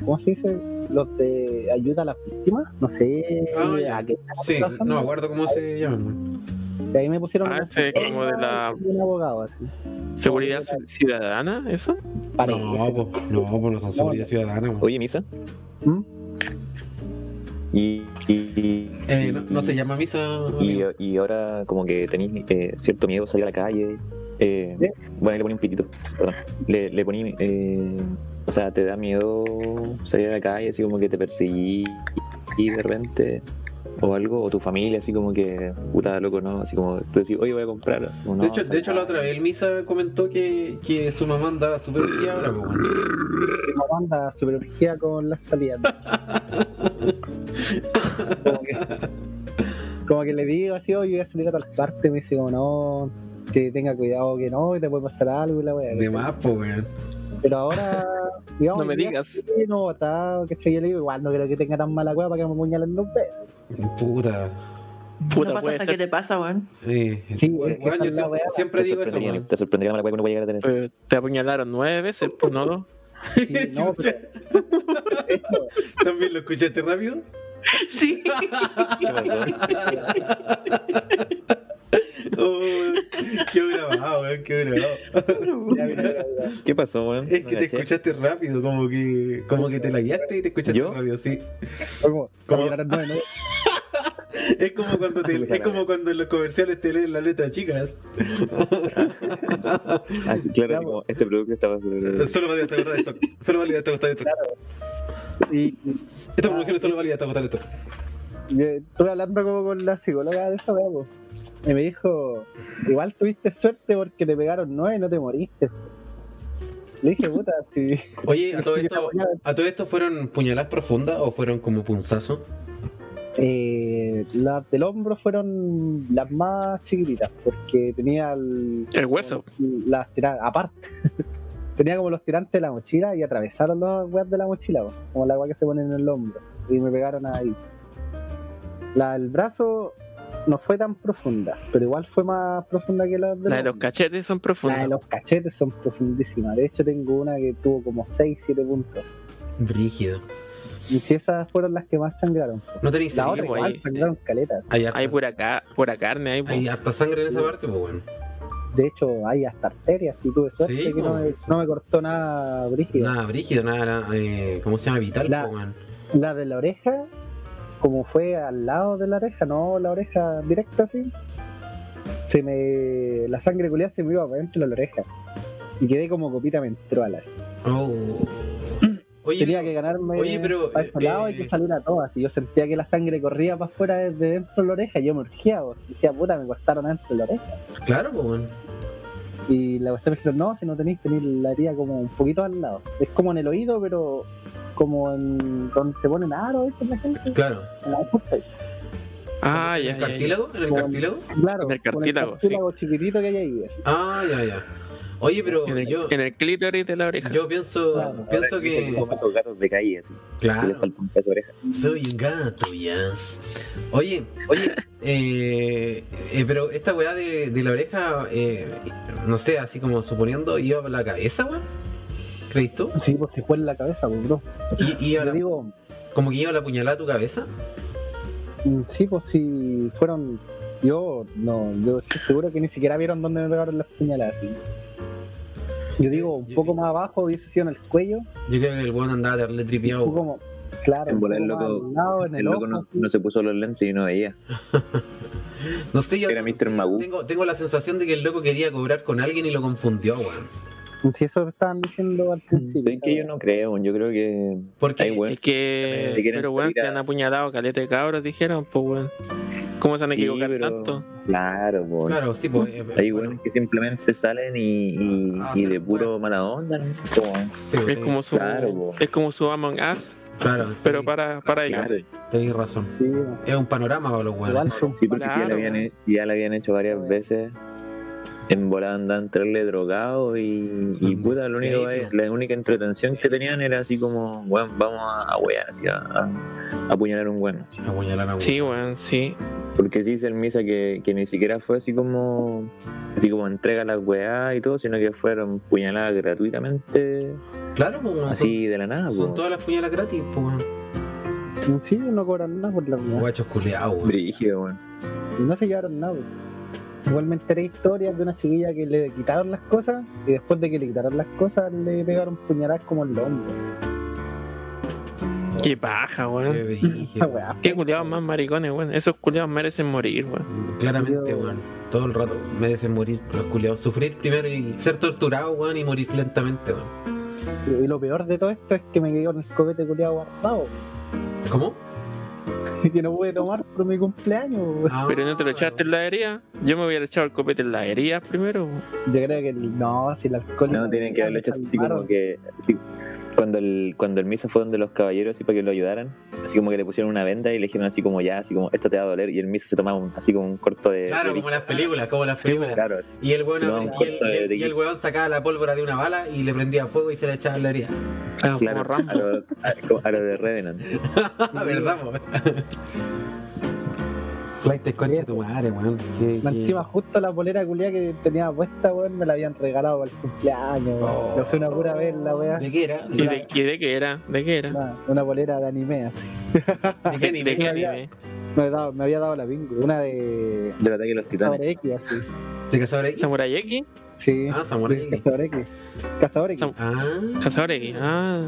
¿Cómo se dice? Los de ayuda a las víctimas. No sé.
Ah, ya.
a qué-
Sí, no me acuerdo cómo se llaman.
o sea, ahí me pusieron.
Ah,
una
ese es como de la-
de un abogado, así.
¿Seguridad ciudadana? ¿Eso?
Parece.
No, po, no, po, no son seguridad ciudadana, pues. weón.
Oye, Misa.
¿Mm?
Y, y-
Eh, no, no se llama misa.
y, eh,
amigo.
y ahora como que tenéis eh, cierto miedo a salir a la calle. Eh,
¿Eh?
Bueno, ahí le poní un pitito, perdón. Le, le poní, eh, o sea, te da miedo salir a la calle, así como que te perseguí y de repente o algo, o tu familia, así como que, puta, loco, ¿no? Así como, tú decís, oye, voy a comprar. así como,
De
"No,
hecho,
o sea,
de hecho la otra vez el misa comentó que, que su mamá andaba súper ahora, weón.
Una banda super urgida con las salidas. como, que, como que le digo así, oye, voy a salir a tal parte. Me dice, como no, que tenga cuidado, que no, que te puede pasar algo y la wea.
De más, po, weón.
Pero ahora, digamos,
No me
ya
digas.
estoy no votado, ¿cachai? Yo le digo, igual no creo que tenga tan mala cueva para que me apuñalen dos veces.
Puta.
Puta,
no pasa
puede
hasta que
ser.
te pasa, weón.
Eh,
Sí,
weón,
es que esa
yo
es la
siempre,
weá.
siempre
Te
digo eso,
sorprendería,
weón.
te sorprendería la weá que uno puede llegar a tener.
Eh, Te apuñalaron nueve veces, pues no dos.
Sí, no, pero, esto,
¿También lo escuchaste rápido?
Sí.
Oh, weón. qué grabado, weón, qué grabado.
ya, mira, mira, mira.
¿Qué pasó, weón?
Es
No
que te
caché.
escuchaste rápido, como que, como que te la guiaste y te escuchaste
¿Yo?
rápido, sí.
Fue como,
¿Cómo?
caminaron nueve, nueve.
Es como cuando te- es como cuando en los comerciales te leen la letra, chicas.
Ah, sí, claro,
Ya,
así
pues.
como, este producto estaba...
Solo valida hasta agotar stock. Solo valida hasta agotar stock.
Y
Esta promoción es solo valida hasta agotar stock.
yo estuve hablando como con la psicóloga de esa wea, po, y me dijo, igual tuviste suerte porque te pegaron nueve y no te moriste. Le dije, puta, si
Oye, a todo esto, a todo esto fueron puñaladas profundas o fueron como punzazos.
eh, las del hombro fueron las más chiquititas, porque tenía el,
El hueso.
las tira- aparte. Tenía como los tirantes de la mochila y atravesaron las weas de la mochila, po, como la wea que se ponen en el hombro. Y me pegaron ahí. La del brazo no fue tan profunda, pero igual fue más profunda que la del
La de los
hombro.
cachetes son
La de
profundas.
los cachetes son profundísimas. De hecho, tengo una que tuvo como 6, 7 puntos.
Brígido.
Y si esas fueron las que más sangraron. po.
No tenéis
La
Sí,
otra
sangre.
pues,
igual
ahí-
sangraron caletas.
Hay harta,
Hay pura, ca- pura carne ahí. po.
hay harta sangre en esa parte, pues, weón.
De hecho, hay hasta arterias. Y tuve suerte
Sí,
que no
po.
me, no me cortó nada brígido.
Nada brígido, nada, nada, eh, ¿cómo se llama? Vital,
La-
po, weón.
La de la oreja, como fue al lado de la oreja, no la oreja directa así, se me. la sangre culiada se me iba para dentro de la oreja. Y quedé como copita menstrual así.
Oh. Oye,
Tenía que ganarme
oye, pero,
para estos
eh,
lados y
eh,
que salir a todas. Y yo sentía que la sangre corría para afuera desde dentro de la oreja. Y yo me urgía, bo. decía, puta, me cortaron antes de la oreja.
claro, pues, weón.
Y la cuestión me dijeron, no, si no tenéis, tenéis la herida como un poquito al lado. Es como en el oído, pero como en donde se ponen aros, eso la gente.
Claro.
En la punta.
Ah,
¿En
ya,
el
ya, ya.
cartílago? ¿En el
Como-
cartílago?
Claro,
En el
con
cartílago,
cartílago chiquitito que hay ahí. así.
Ah, ya, ya. Oye, pero
En el,
yo,
en el clítoris de la oreja.
yo pienso,
Claro.
pienso
Dicen
que...
como esos gatos de calle, así. Que les
Claro,
falta un pedazo de oreja.
soy un gato, yes. Oye, oye, eh, eh, pero esta weá de, de la oreja, eh, no sé, así como suponiendo, iba por la cabeza, weón. ¿Crees tú?
Sí, pues se fue en la cabeza, pues, bro.
Y, iba
Yo
la-
digo,
como que iba la puñalada a tu cabeza.
mm, sí, pues si fueron. Yo, no, yo estoy seguro que ni siquiera vieron dónde me pegaron las puñaladas. sí. Yo digo, un
Yo-
poco más abajo hubiese sido en el cuello.
Yo creo que el weón andaba darle
Un
tripiado.
poco
weón.
como. Claro,
En
un
volar,
poco
loco,
más al lado, en el,
El loco
ojo.
no,
así.
no se puso los lentes y no veía.
No sé, yo
Era Mr. Magoo.
tengo, tengo la sensación de que el loco quería cobrar con alguien y lo confundió, weón.
Si eso estaban diciendo
Mm.
al principio.
Saben que yo no creo, yo creo que
Porque
hay weón.
Es que,
Eh, Si quieren
pero weón,
salir
se
a-
han apuñalado caleta de cabros, dijeron, pues weón. ¿Cómo se han
Sí,
equivocado
pero-
tanto?
Claro, po.
Claro, sí, pues. eh,
Hay
bueno,
weones que simplemente salen y, y,
Ah,
y
sí,
de puro
weón.
mala onda, ¿no? Este Como,
sí,
Es
tenés-
como su
Claro, po.
es como su Among Us,
Claro,
pero
tenés-
para, para ellos.
claro.
tenés razón.
Sí,
Es un panorama para los
igual
weones.
fue un-
Sí, porque si ya,
Claro,
la habían,
weón.
ya la habían hecho varias
Weón.
veces. En volada andaban entrarle drogados y, y
Mm,
puta, lo único,
buenísimo.
la única entretención que tenían era así como, weón, vamos a, a wear, así a, a- a apuñalar un weón. así.
Apuñalar a un
Sí, weón, sí.
Porque sí dice el misa que, que ni siquiera fue así como así como entrega las weá y todo, sino que fueron puñaladas gratuitamente,
weón. Claro, pues, weón, son-
así de la nada,
son,
po.
todas las puñalas gratis, pues, weón.
eh, sí, no cobraron nada por la weá.
Guachos culeados, weón.
Brígido, weón.
No se llevaron nada. pues. Igual me enteré historias de una chiquilla que le quitaron las cosas y después de que le quitaron las cosas le pegaron puñaladas como en los hombros.
Qué paja,
Qué
weón.
Esa
brígido.
weá.
Qué culiados más maricones, weón. Esos culiados merecen morir, weón.
Claramente,
Yo-
weón. Todo el rato merecen morir los culeados. Sufrir primero y ser torturado, weón, y morir lentamente, weón.
Y lo peor de todo esto es que me quedé con el escopete culiado guardado
¿Cómo?
y que no pude tomar por mi cumpleaños. weón.
Ah,
Pero no te lo echaste en la herida. Yo me hubiera echado el copete en la herida primero. weón.
Yo creo que el- no, si el alcohol.
No, tienen que haberlo hecho así como
Calmaron.
que. así, cuando, el, cuando el misa fue donde los caballeros, así para que lo ayudaran, así como que le pusieron una venda y le dijeron así como ya, así como esto te va a doler. Y el misa se tomaba un- así como un corto de.
Claro,
de-
como las películas, como las películas.
Claro, así.
Y el weón,
No,
y el- y el- y el weón sacaba la pólvora de una bala y le prendía fuego y se la echaba en la herida.
Claro,
Claro,
como Rambo.
a lo, a- como a lo de Revenant.
¿Verdad, po? Flight concha de tu madre, weón. Qué-
Más
qué-
Encima, justo la polera culiada que tenía puesta, weón, me la habían regalado para el cumpleaños.
Oh.
weón. Lo sé una pura vez, la weá.
¿De qué era?
¿Y de, y de qué era? ¿De qué era?
Una, una polera de anime. así.
¿De qué anime?
¿De qué anime?
Me, había dado- me había dado la bingo. Una de.
Del ataque de los titanes.
Cazador X, así.
¿De Cazador X?
¿Samurai X?
Sí.
Ah,
de
Samurai X.
Cazador X. Cazador X.
Sam-
Ah,
¿Cazador X? Ah.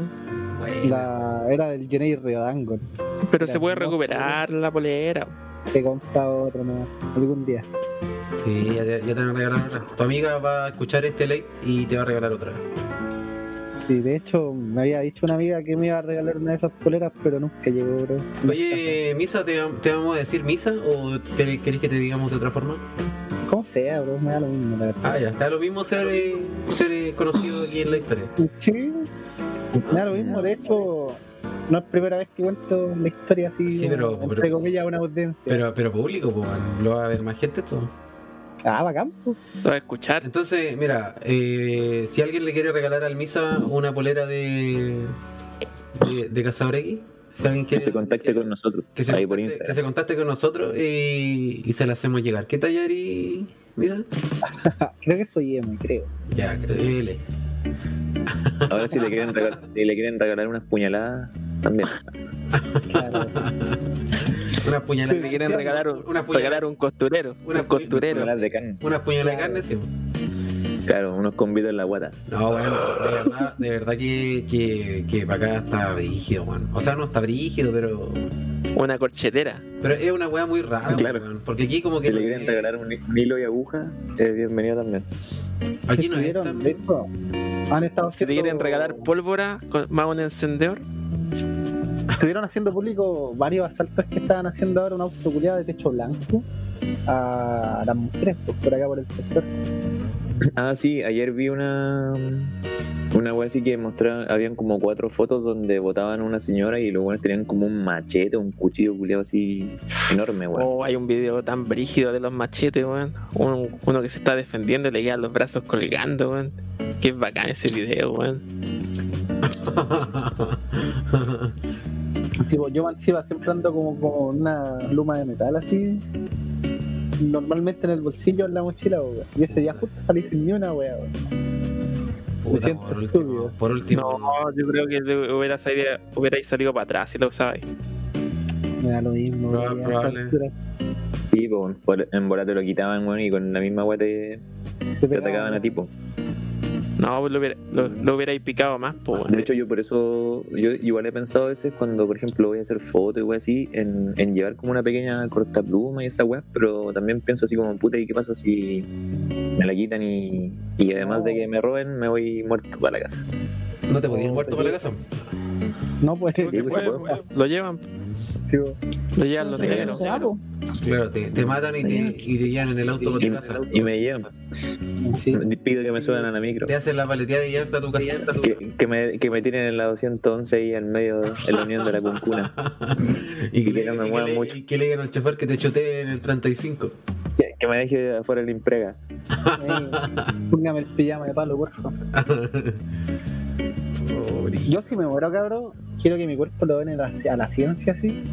bueno.
La- era del Jenny Riodango.
Pero se puede recuperar la polera.
Se compra otro, ¿no? Algún día.
Sí, ya te, ya te van a regalar otra. Tu amiga va a escuchar este late y te va a regalar otra.
Sí, de hecho, me había dicho una amiga que me iba a regalar una de esas poleras, pero nunca llegó, bro.
Oye, Misa, ¿te, te vamos a decir Misa o te- querés que te digamos de otra forma?
Como sea, bro, me da lo mismo, la verdad.
Ah, ya, está lo mismo ser, eh, ser eh, conocido aquí en la historia.
Sí, me da lo mismo. De hecho, no es primera vez que cuento la historia así,
Sí, pero-
entre
pero-
comillas, a una audiencia.
Pero, pero público, pues, weón. lo va a ver más gente esto.
Ah, bacán. pues.
Lo voy a escuchar.
Entonces, mira, eh, si alguien le quiere regalar al Misa una polera de, de, de Cazador X, Si alguien
Que
quiere
se contacte con nosotros.
que se,
ahí por
contacte, que
Instagram.
se contacte con nosotros y, y se la hacemos llegar. ¿Qué taller y Misa?
Creo que soy emo, creo.
Ya, L.
Ahora si le quieren regalar, si le quieren regalar unas puñaladas, también.
Claro.
Una puñalada.
Si le quieren regalar un,
una puñalada,
regalar un costurero.
Una
un costurero.
Puñaladas de carne.
una puñalada de carne, sí.
Claro, unos convitos en la guata.
No, bueno, de verdad, de verdad que, que, que para acá está brígido, weón. O sea, no está brígido, pero.
Una corchetera.
Pero es una weá muy rara,
Claro.
weón, Porque aquí como que.
Si le
no
quieren
es-
regalar un, un hilo y aguja, es bienvenido también.
Aquí no es
Estuvieron,
tan.
de hecho, Han estado
Si le
haciendo-
quieren regalar pólvora con, más un encendedor.
Estuvieron haciendo público varios asaltos que estaban haciendo ahora una autoculiada de techo blanco a las mujeres pues, por acá por el sector.
Ah, sí, ayer vi una una wea así que mostraba, habían como cuatro fotos donde votaban a una señora y los buenos tenían como un machete, un cuchillo culiado así enorme, weón.
Oh, hay un video tan brígido de los machetes, weón. Un- uno que se está defendiendo y le quedan los brazos colgando, weón. Qué bacán ese video, weón.
Sí, pues, yo encima siempre ando como con una luma de metal así. Normalmente en el bolsillo, en la mochila, weón. Y ese día justo salí sin ni una, weón. Me
Puta,
siento
por último,
estúpido.
por último.
No, yo creo que te hubiera salido, hubierais salido para atrás, si lo sabéis.
Me da lo mismo.
Proba-
weón, a
probable.
esta altura.
Sí, po, por- en bola te lo quitaban, weón, y con la misma wea te,
Te
te
pegaban,
atacaban a
weón.
ti, po.
No, lo, hubiera- lo, lo hubierais picado más, pues,
De hecho, yo por eso, yo igual he pensado a veces cuando, por ejemplo, voy a hacer fotos y weas así, en, en llevar como una pequeña cortapluma y esa wea, pero también pienso así como, puta, ¿y qué pasa si me la quitan y, y además de que me roben, me voy muerto para la casa?
¿No te podías ir muerto para la casa?
No, pues.
Sí, pues,
Bueno,
bueno.
Lo llevan,
sí, weón.
lo llevan
No
los
se-
negros,
no
negros.
se va, po.
Claro, te, te matan y te, y te llevan en el auto para
Y,
tu casa.
y me llevan,
Sí.
pido que me suban a la micro,
Te hacen la paleteada y llevarte a tu casa.
que, que me, que me tiren en la 211 y en medio, en la unión de la cuncuna.
y que,
Y que
le,
no me
y que
muevan
le-
mucho.
y que le digan al chofer que te chotee en el 35.
Que, que me deje afuera el imprega.
Ey, Póngame el pijama de palo, por favor.
Oh, brillo.
Yo si me muero, cabrón, quiero que mi cuerpo lo den a la, a la ciencia así.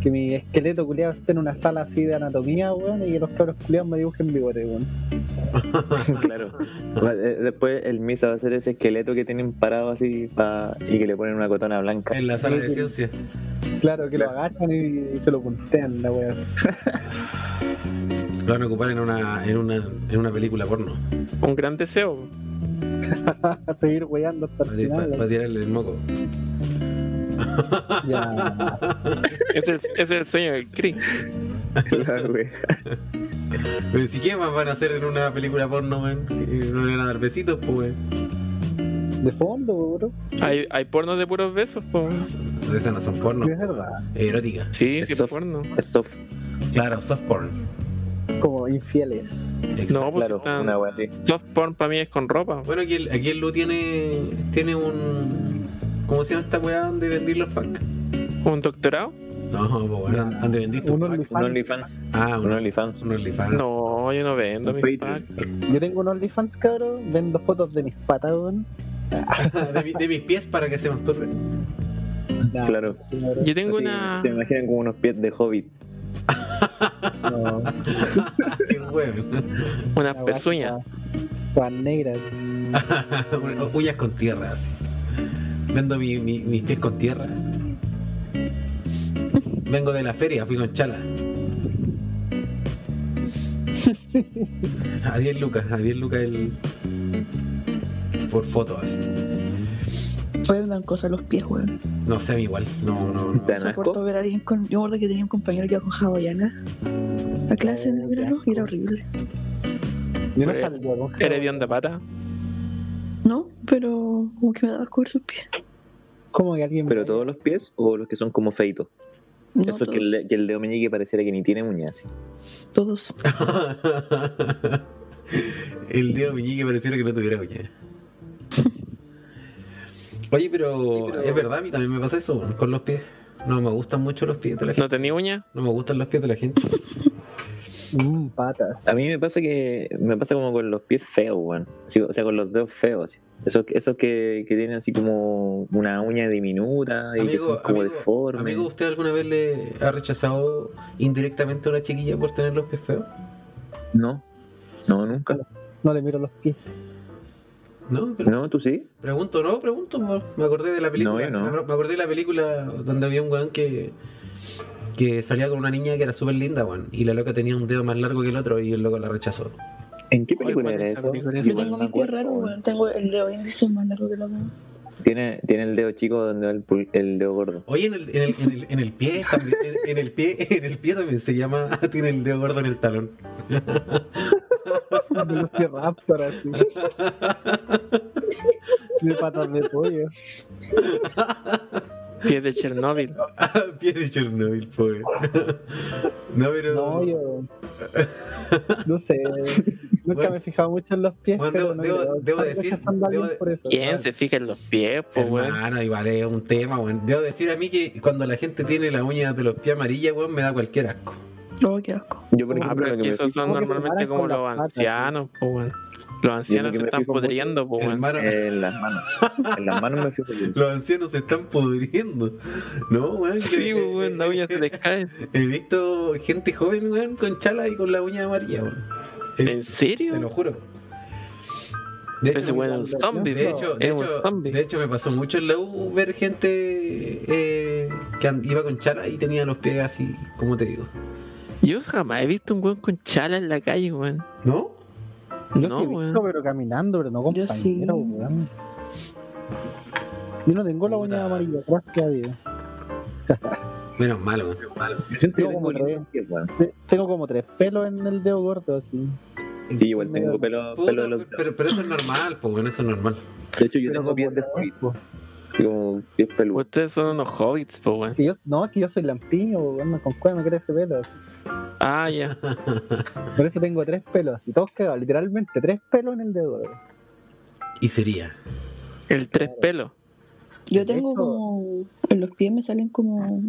Que mi esqueleto culiado esté en una sala así de anatomía, weón, y que los cabros culiados me dibujen bigote, weón.
Claro. Va- eh, Después el misa va a ser ese esqueleto que tienen parado así pa- y que le ponen una cotona blanca.
En la sala de ciencia.
Claro, que lo agachan y, se lo puntean, la weón.
Lo van a ocupar en una, en una, en una película porno.
Un gran deseo.
A seguir weyando hasta el
Para,
final. weón.
tirarle el moco.
Ya.
Ese es, ese es el sueño del Chris.
La wea.
Pero si qué más van a hacer en una película porno, weón. Eh, No le van a dar besitos, pues, weón.
De fondo, weón.
Hay, hay pornos de puros besos, pues.
Esas no son porno.
Es verdad.
Erótica.
Sí, sí,
Eso-
porno.
Esto,
Claro, soft porn.
Como infieles.
Exacto.
No, pues
claro,
están-
una wea así.
Soft porn para mí es con ropa.
Bueno, aquí el, aquí el Lu tiene, tiene un. ¿Cómo se llama esta weá donde vendí los packs?
Un doctorado.
No, pues bueno,
Ya.
donde vendí tus
Un
packs.
OnlyFans.
Un OnlyFans.
Ah,
Un
un,
OnlyFans.
un OnlyFans.
No, yo no vendo mis
Patreon.
packs.
Yo tengo un OnlyFans, cabrón. Vendo fotos de mis patas, weón.
de, mi- de mis pies para que se masturben.
Nah,
Claro.
señor,
Yo tengo
Así,
una.
Ah.
Se imaginan como unos pies de hobbit.
no.
Ah, Qué hueón.
Unas pezuñas.
Todas negras.
Huyas con tierra, así. Vendo mi- mi- mis pies con tierra. Vengo de la feria, fui con chala. A 10 lucas, a 10 lucas el. Por foto, así.
Recuerdan cosas los pies, weón.
No sé, a mí igual. No, no, no.
Tan
Soporto
asco.
ver a alguien con. Yo me acuerdo que tenía un compañero que iba con hawaiana a clase en el verano y era horrible.
Yo no
Pero-
salgo con
Eres de onda pata.
No, pero como que me daba asco ver sus pies.
Como que alguien.
Pero todos los pies o los que son como feitos.
No,
Eso que
todos,
el, de- que el dedo meñique pareciera que ni tiene uñas. así.
todos.
El dedo meñique pareciera que no tuviera uña. Oye, pero, es verdad, a mí también me pasa eso bueno, con los pies. No me gustan mucho los pies de la
¿No
gente.
tenía uña?
No me gustan los pies de la gente.
Mmm, patas.
A mí me pasa que me pasa como con los pies feos, weón. Sí, o sea, con los dedos feos. Esos, esos que, que tienen así como una uña diminuta y que son como deformes.
amigo, ¿usted alguna vez le ha rechazado indirectamente a una chiquilla por tener los pies feos?
No, no, nunca.
No le miro los pies.
No, pero
No, tú sí.
pregunto, no, pregunto. mo- Me acordé de la película.
yo no.
me- Me acordé de la película donde había un weón que, que salía con una niña que era súper linda, weón. Y la loca tenía un dedo más largo que el otro y el loco la rechazó.
¿En qué
película
película
era
era
esa
eso?
película?
Yo
Igual
tengo mis pies raros, weón. Tengo el dedo índice más largo que el otro.
Tiene, tiene el dedo chico donde va el, pul- el dedo gordo.
Oye, en el, en el, en el, en el pie también, en, en el pie, en el pie también se llama, tiene el dedo gordo en el talón.
Los pies raptor así. Tiene patas de pollo.
Pies de Chernóbil.
Ah, pie de Chernobyl, pobre. no, pero.
No, yo. No sé. Nunca
Bueno.
me he fijado mucho en los pies.
Bueno,
pero
debo-
no
debo-
creo.
debo
Están
decir-
rechazando a alguien
debo-
por eso.
¿Quién se fija en los pies,
Pues,
po, weón?
Hermano, igual es un tema, weón. Debo decir a mí que cuando la gente tiene las uñas de los pies amarillas, weón, me da cualquier asco.
No, Oh, qué asco.
Yo, por
Ah,
ejemplo,
pero
lo
es
que
que
me
esos
fijo,
son
fijo-
normalmente como
Como que
los
preparan con las patas,
ancianos, po, weón. Los ancianos
que
se
me
están
fijo mucho
pudriendo, po, weón.
Hermano,
eh, en las manos. En las manos me fijo yo.
los ancianos se están pudriendo. No, weón. que-
Sí, po, weón, la uña se les cae.
He visto gente joven, weón, con chala y con la uña amarilla, weón. He
¿En
visto,
serio?
Te lo juro. De
Ese
hecho,
weón era un zombie,
De
po.
hecho, de,
Era un
hecho,
zombie.
de hecho, me pasó mucho en la U ver gente eh, que and- iba con chala y tenía los pies así, como te digo.
Yo jamás he visto un weón con chala en la calle, weón.
¿No?
Yo
No,
sí he
weón.
visto, pero caminando, pero no
Yo
compañero,
sí.
weón. Yo no tengo la
Puta.
uña amarilla, gracias a Dios.
Menos malo, menos malo.
Yo siento que
No,
tengo
pero-
lindos pies, weón.
Te- Tengo como tres pelos en el dedo gordo, así.
Sí, igual tengo pelo,
Puta,
pelo de los
pero, pero, pero eso es normal, pues bueno, eso es normal.
De hecho, yo
Pero
tengo
como
pies de
largo,
hobbit,
po.
como pies peludos.
Ustedes son unos hobbits, po, weón.
Que yo, no, que yo soy lampiño, weón, con cuál me crece pelo. así.
Ah, ya.
Por eso tengo tres pelos, así, todos cagados, literalmente tres pelos en el dedo gordo.
Y sería.
El tres pelos.
Yo tengo
Eso.
como. En los pies me salen como.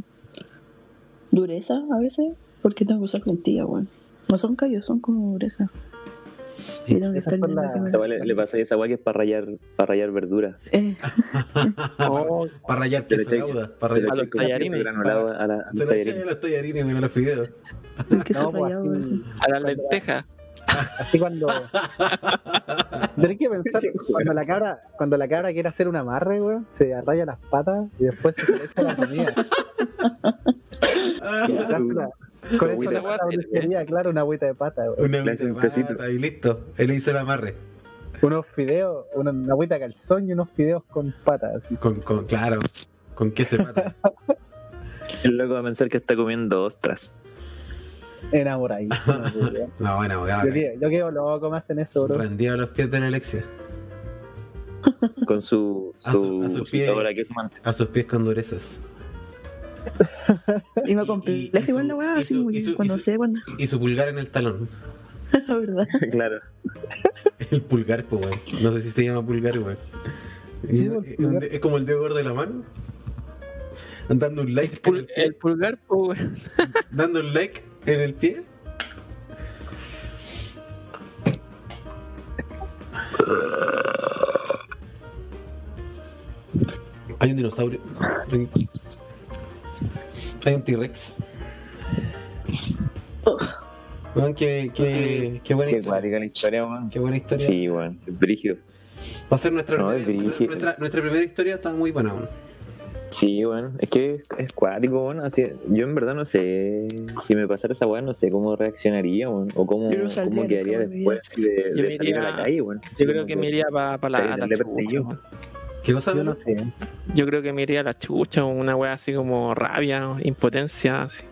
dureza a veces. Porque tengo que usar lentillas, weón. No son callos, son como dureza. Y tengo que
Esas
estar
son
viendo
las-
que me
Esa weá Le, le pasa esa weá que es para rayar, para rayar verduras.
Eh,
Oh,
Para rayar
Se
que
le
se
echa-
gauda, para
Se le
rayar
a los
echa como
tallarines.
queso granulado a la- a los
Se le echan
tallarines.
a los tallarines, mira los fideos.
que
no,
soy
pues,
rayado,
así,
así.
A las lentejas.
así cuando. Tenés que pensar, cuando la cabra, cuando la cabra quiere hacer un amarre, weón, se arraya las patas y después se le echa la comida.
Ah,
Y le hace una- Con
Una
eso
agüita
la
de pata,
pata brujería, claro, una agüita de pata, weón.
una
Le hace un pesito.
pata y listo. Él le hizo el amarre.
unos fideos, una, una agüita de calzón y unos fideos con patas. así.
Con, con, claro, con queso de pata.
El loco va a pensar que está comiendo ostras.
Enamoradísimo, weón.
No, bueno, bueno.
Yo, quedo- yo quedo loco, me hacen eso, bro.
Rendido a los pies de la Alexia.
Con su.
A su- a su pie.
sabor a queso man-
A sus pies con durezas.
Y me
Y- y-
compleja
y
igual
su-
la weá,
y
así
su-
como
y
que
su-
cuando
y su-
sé, cuando.
Y su pulgar en el talón.
La verdad.
Claro.
El pulgar, pues, weón. No sé si se llama pulgar, weón.
Sí,
es,
pues,
es un
pulgar.
de- es como el dedo gordo de la mano. Dando un like, en el
Pul-
pie,
el pulgar, po, weón.
dando un like en el pie. Hay un dinosaurio. Aquí. Hay un T-Rex. Weón, qué, qué, qué buena
Qué
historia.
cuática la historia, weón.
Qué buena historia.
Sí, weón. Es brígido.
Va a ser nuestra,
No, es
primera,
brígido.
nuestra, nuestra primera historia, está muy buena. weón.
Sí, bueno, es que es, es cuático, bueno, así, yo en verdad no sé, si me pasara esa weá, no sé cómo reaccionaría, weón, o cómo,
Yo no saldría
cómo
nunca
quedaría
más de mi
después así de, de
Yo me
salir a la
iría-
calle, weón.
Yo creo que me iría para la, a la
Le
chucha,
persiguió.
weón.
¿Qué cosa?
Yo
weón?
no sé.
Yo creo que me iría a la chucha, una wea así como rabia, impotencia. Así.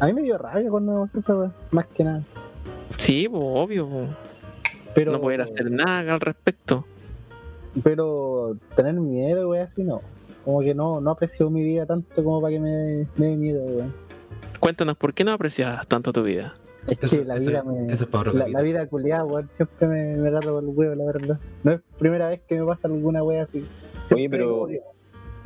A mí me dio rabia cuando me pasó esa weá, más que nada.
Sí, pues obvio, po.
Pero,
no poder hacer nada al respecto.
pero tener miedo, weón, así no. Como que no, no aprecio mi vida tanto como para que me, me dé miedo, weón.
Cuéntanos, ¿por qué no aprecias tanto tu vida?
Es que
Eso,
la
eso-
vida me.
eso es para otro
La,
capítulo.
la vida culiada, weón, siempre me, me agarra por el huevo, la verdad. No es primera vez que me pasa alguna weá así. Siempre
Oye, pero-
como que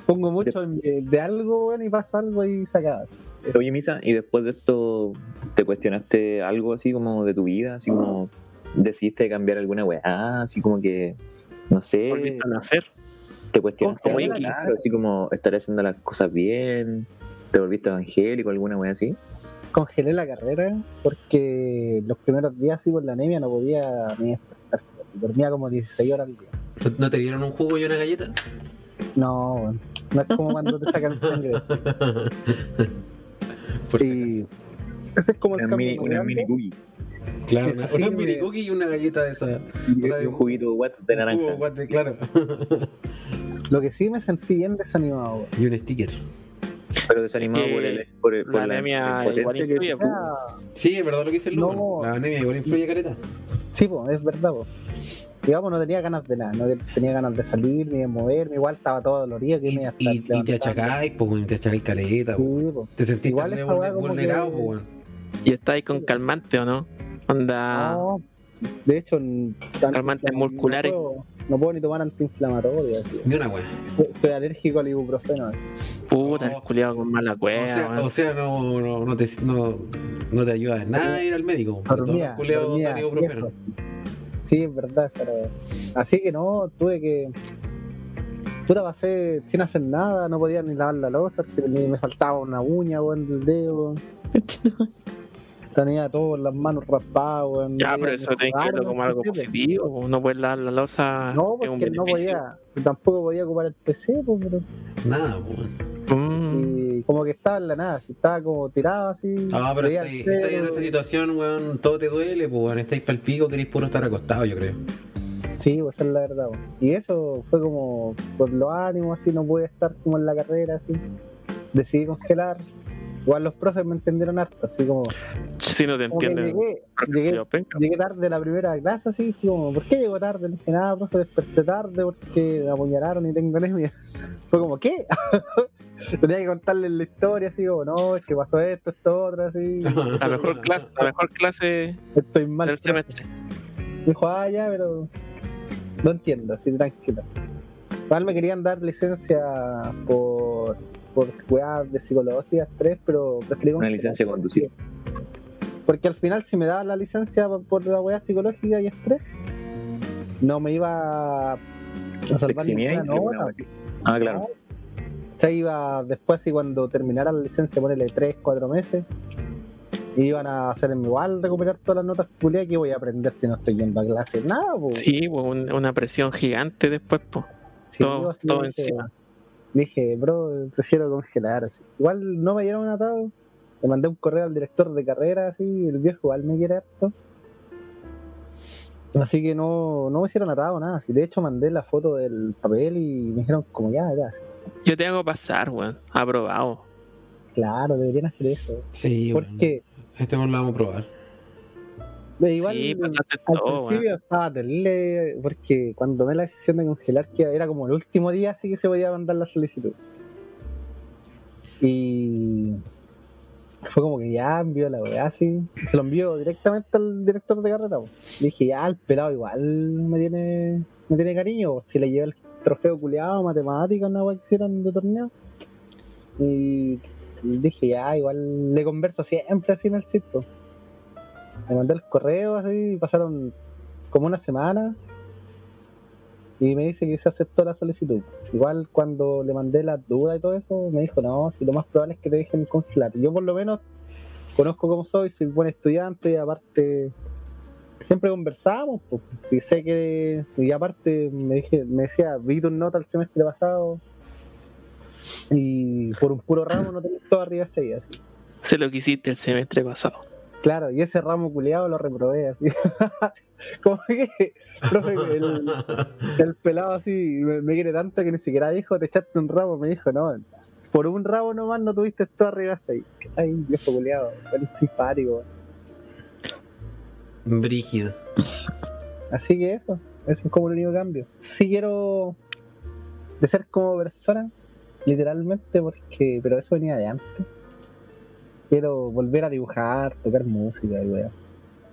Pongo mucho en- de, de algo, weón, y pasa algo y se acaba. así.
Oye, Misa, y después de esto, ¿te cuestionaste algo así como de tu vida? Así como, ¿decidiste cambiar alguna weá? Así como que, no
Eh.
sé,
Volviste a nacer.
¿te cuestionaste
Como
algo?
Iki.
Claro, así como, ¿estaré haciendo las cosas bien? ¿Te volviste evangélico? ¿Alguna weá así?
Congelé la carrera porque los primeros días, así por la anemia, no podía ni despertar. así, Dormía como 16 horas al día.
¿No- ¿No te dieron un jugo y una galleta?
No, weón. no es como cuando te sacan sangre.
Por si
Y ese es como el
Una
cambio
mini,
más
una
grande.
mini cookie.
acaso. Claro, una,
así
una
me-
mini cookie y una galleta de esa.
Y
sea,
un juguito what, de naranja.
Jugo, guate, claro.
Lo que sí me sentí bien desanimado. weón.
y un sticker.
Pero desanimado
Eh,
por, el, por, el- por
la anemia
impotencia
igual
que
influye, pues.
tuvo.
po.
Ah,
Sí, es verdad lo que dice el
No.
Lugo. La anemia igual influye careta.
sí, po, es verdad. po. Digamos, no tenía ganas de nada. No tenía ganas de salir ni de moverme. Igual estaba todo dolorido. Que
Y,
me iba a
y-
estar
y te
levantando.
achacáis, pues, weón, te achacáis careta. po.
Sí, po.
Te sentís
Igual
terrible
esa weá
vulner-
como
vulnerado,
que-
pues, weón.
¿Y está ahí con calmante o no?
Ah.
Onda.
No, de hecho, en-
Calmantes musculares.
No puedo, no puedo ni tomar antiinflamatorios. tío.
Ni una weá.
Soy- Soy alérgico al ibuprofeno.
Puta,
No.
el culiado con mala cueva,
O sea,
Eh, weón.
o sea, no, no, no te, no, no te ayuda en nada ir al médico. porque todos los
Dormía,
culeados
dormía,
están ibuprofeno.
viejo. Sí, es verdad. esa era weá. Así que no, tuve que. Puta, pasé sin hacer nada, no podía ni lavar la losa, ni me faltaba una uña, weón, del dedo. Tenía todo las manos raspadas, weón.
Ya,
no podía
pero
ni
eso tenés que
jugar,
verlo
weón,
como algo
sí, pues.
positivo. po. No puedes lavar la losa.
No,
es un
porque no
beneficio.
podía, tampoco podía ocupar el PC, pues, pero-
Nada, pues. weón.
Mm.
y como que estaba en la nada, así, estaba como tirado así.
Ah, pero
veía el
estáis
cero.
estáis en esa situación, weón. Todo te duele, pues, weón. Estáis pa'l pico, queréis puro estar acostado, yo creo.
Sí, pues esa es la verdad. pues. Y eso fue como por los ánimos, así, no pude estar como en la carrera, así. Decidí congelar. Igual los profes me entendieron harto, así como,
Si no te
como que
entienden.
llegué, llegué,
culiao, penca.
llegué tarde a la primera clase, así, así como, ¿por qué llego tarde? Le dije, nada, profe, desperté tarde porque me apuñalaron y tengo anemia. Fue como, ¿qué? Tenía que contarles la historia, así como, no, es que pasó esto, esto, otro, así.
La mejor clase, la mejor clase
Estoy mal.
del semestre.
Me dijo, ah, ya, pero no entiendo, así tranquilo. Igual me querían dar licencia por, por weas de psicología 3, pero preferí
Una
congelar,
licencia de conducir.
Porque al final, si me daban la licencia por- por la wea psicológica y estrés, no me iba a
¿Te
salvar ninguna
eximíais de alguna
nota.
weá? Ah, claro.
O sea, iba después, y cuando terminara la licencia, ponerle 3, 4 meses, iban a hacerme igual recuperar todas las notas culiadas que voy a aprender si no estoy yendo a clase. Nada, pues.
Sí, po, un- una presión gigante después, pues.
Sí,
Todo-
yo así
todo
dije,
encima.
Dije, bro, prefiero congelar. así. Igual no me dieron un atado. Le mandé un correo al director de carrera, así, el viejo igual me quiere harto. Así que no, no me hicieron atado nada. Así. De hecho, mandé la foto del papel y me dijeron, como ya, ya. así.
Yo te hago pasar, weón. Aprobado.
Claro, deberían hacer eso.
Sí, weón.
Porque
Este weón lo vamos a probar.
eh, igual
sí, pues, pasaste
al
todo, weón.
principio estaba terrible, porque cuando tomé la decisión de congelar, que era como el último día, así que se podía mandar la solicitud. Y fue como que ya envió la weá, así. Se lo envió directamente al director de carrera. po. Le dije, ya, el pelado igual me tiene, me tiene cariño. po. Si le llevé el trofeo culeado, matemáticas, una weá que hicieron de torneo. Y dije, ya, igual le converso siempre así en el sitio. Le mandé el correo así, y pasaron como una semana. Y me dice que se aceptó la solicitud. Igual cuando le mandé las dudas y todo eso, me dijo, no, si lo más probable es que te dejen congelar. Yo por lo menos conozco cómo soy, soy buen estudiante y aparte siempre conversamos. Pues, si sé que... Y aparte me, dije, me decía, vi tus notas el semestre pasado y por un puro ramo no tenés todo arriba de seis, así.
Sé lo que hiciste el semestre pasado.
Claro, y ese ramo culiado lo reprobé así. Como que profe, el, el pelado así me, me quiere tanto que ni siquiera dijo, te echaste un ramo, me dijo, no, por un ramo nomás no tuviste esto arriba 6. Ay, viejo culiado, eres simpático.
Brígido.
Así que eso, eso es como el único cambio. Sí quiero de ser como persona, literalmente, porque, pero eso venía de antes. Quiero volver a dibujar, tocar música y weá.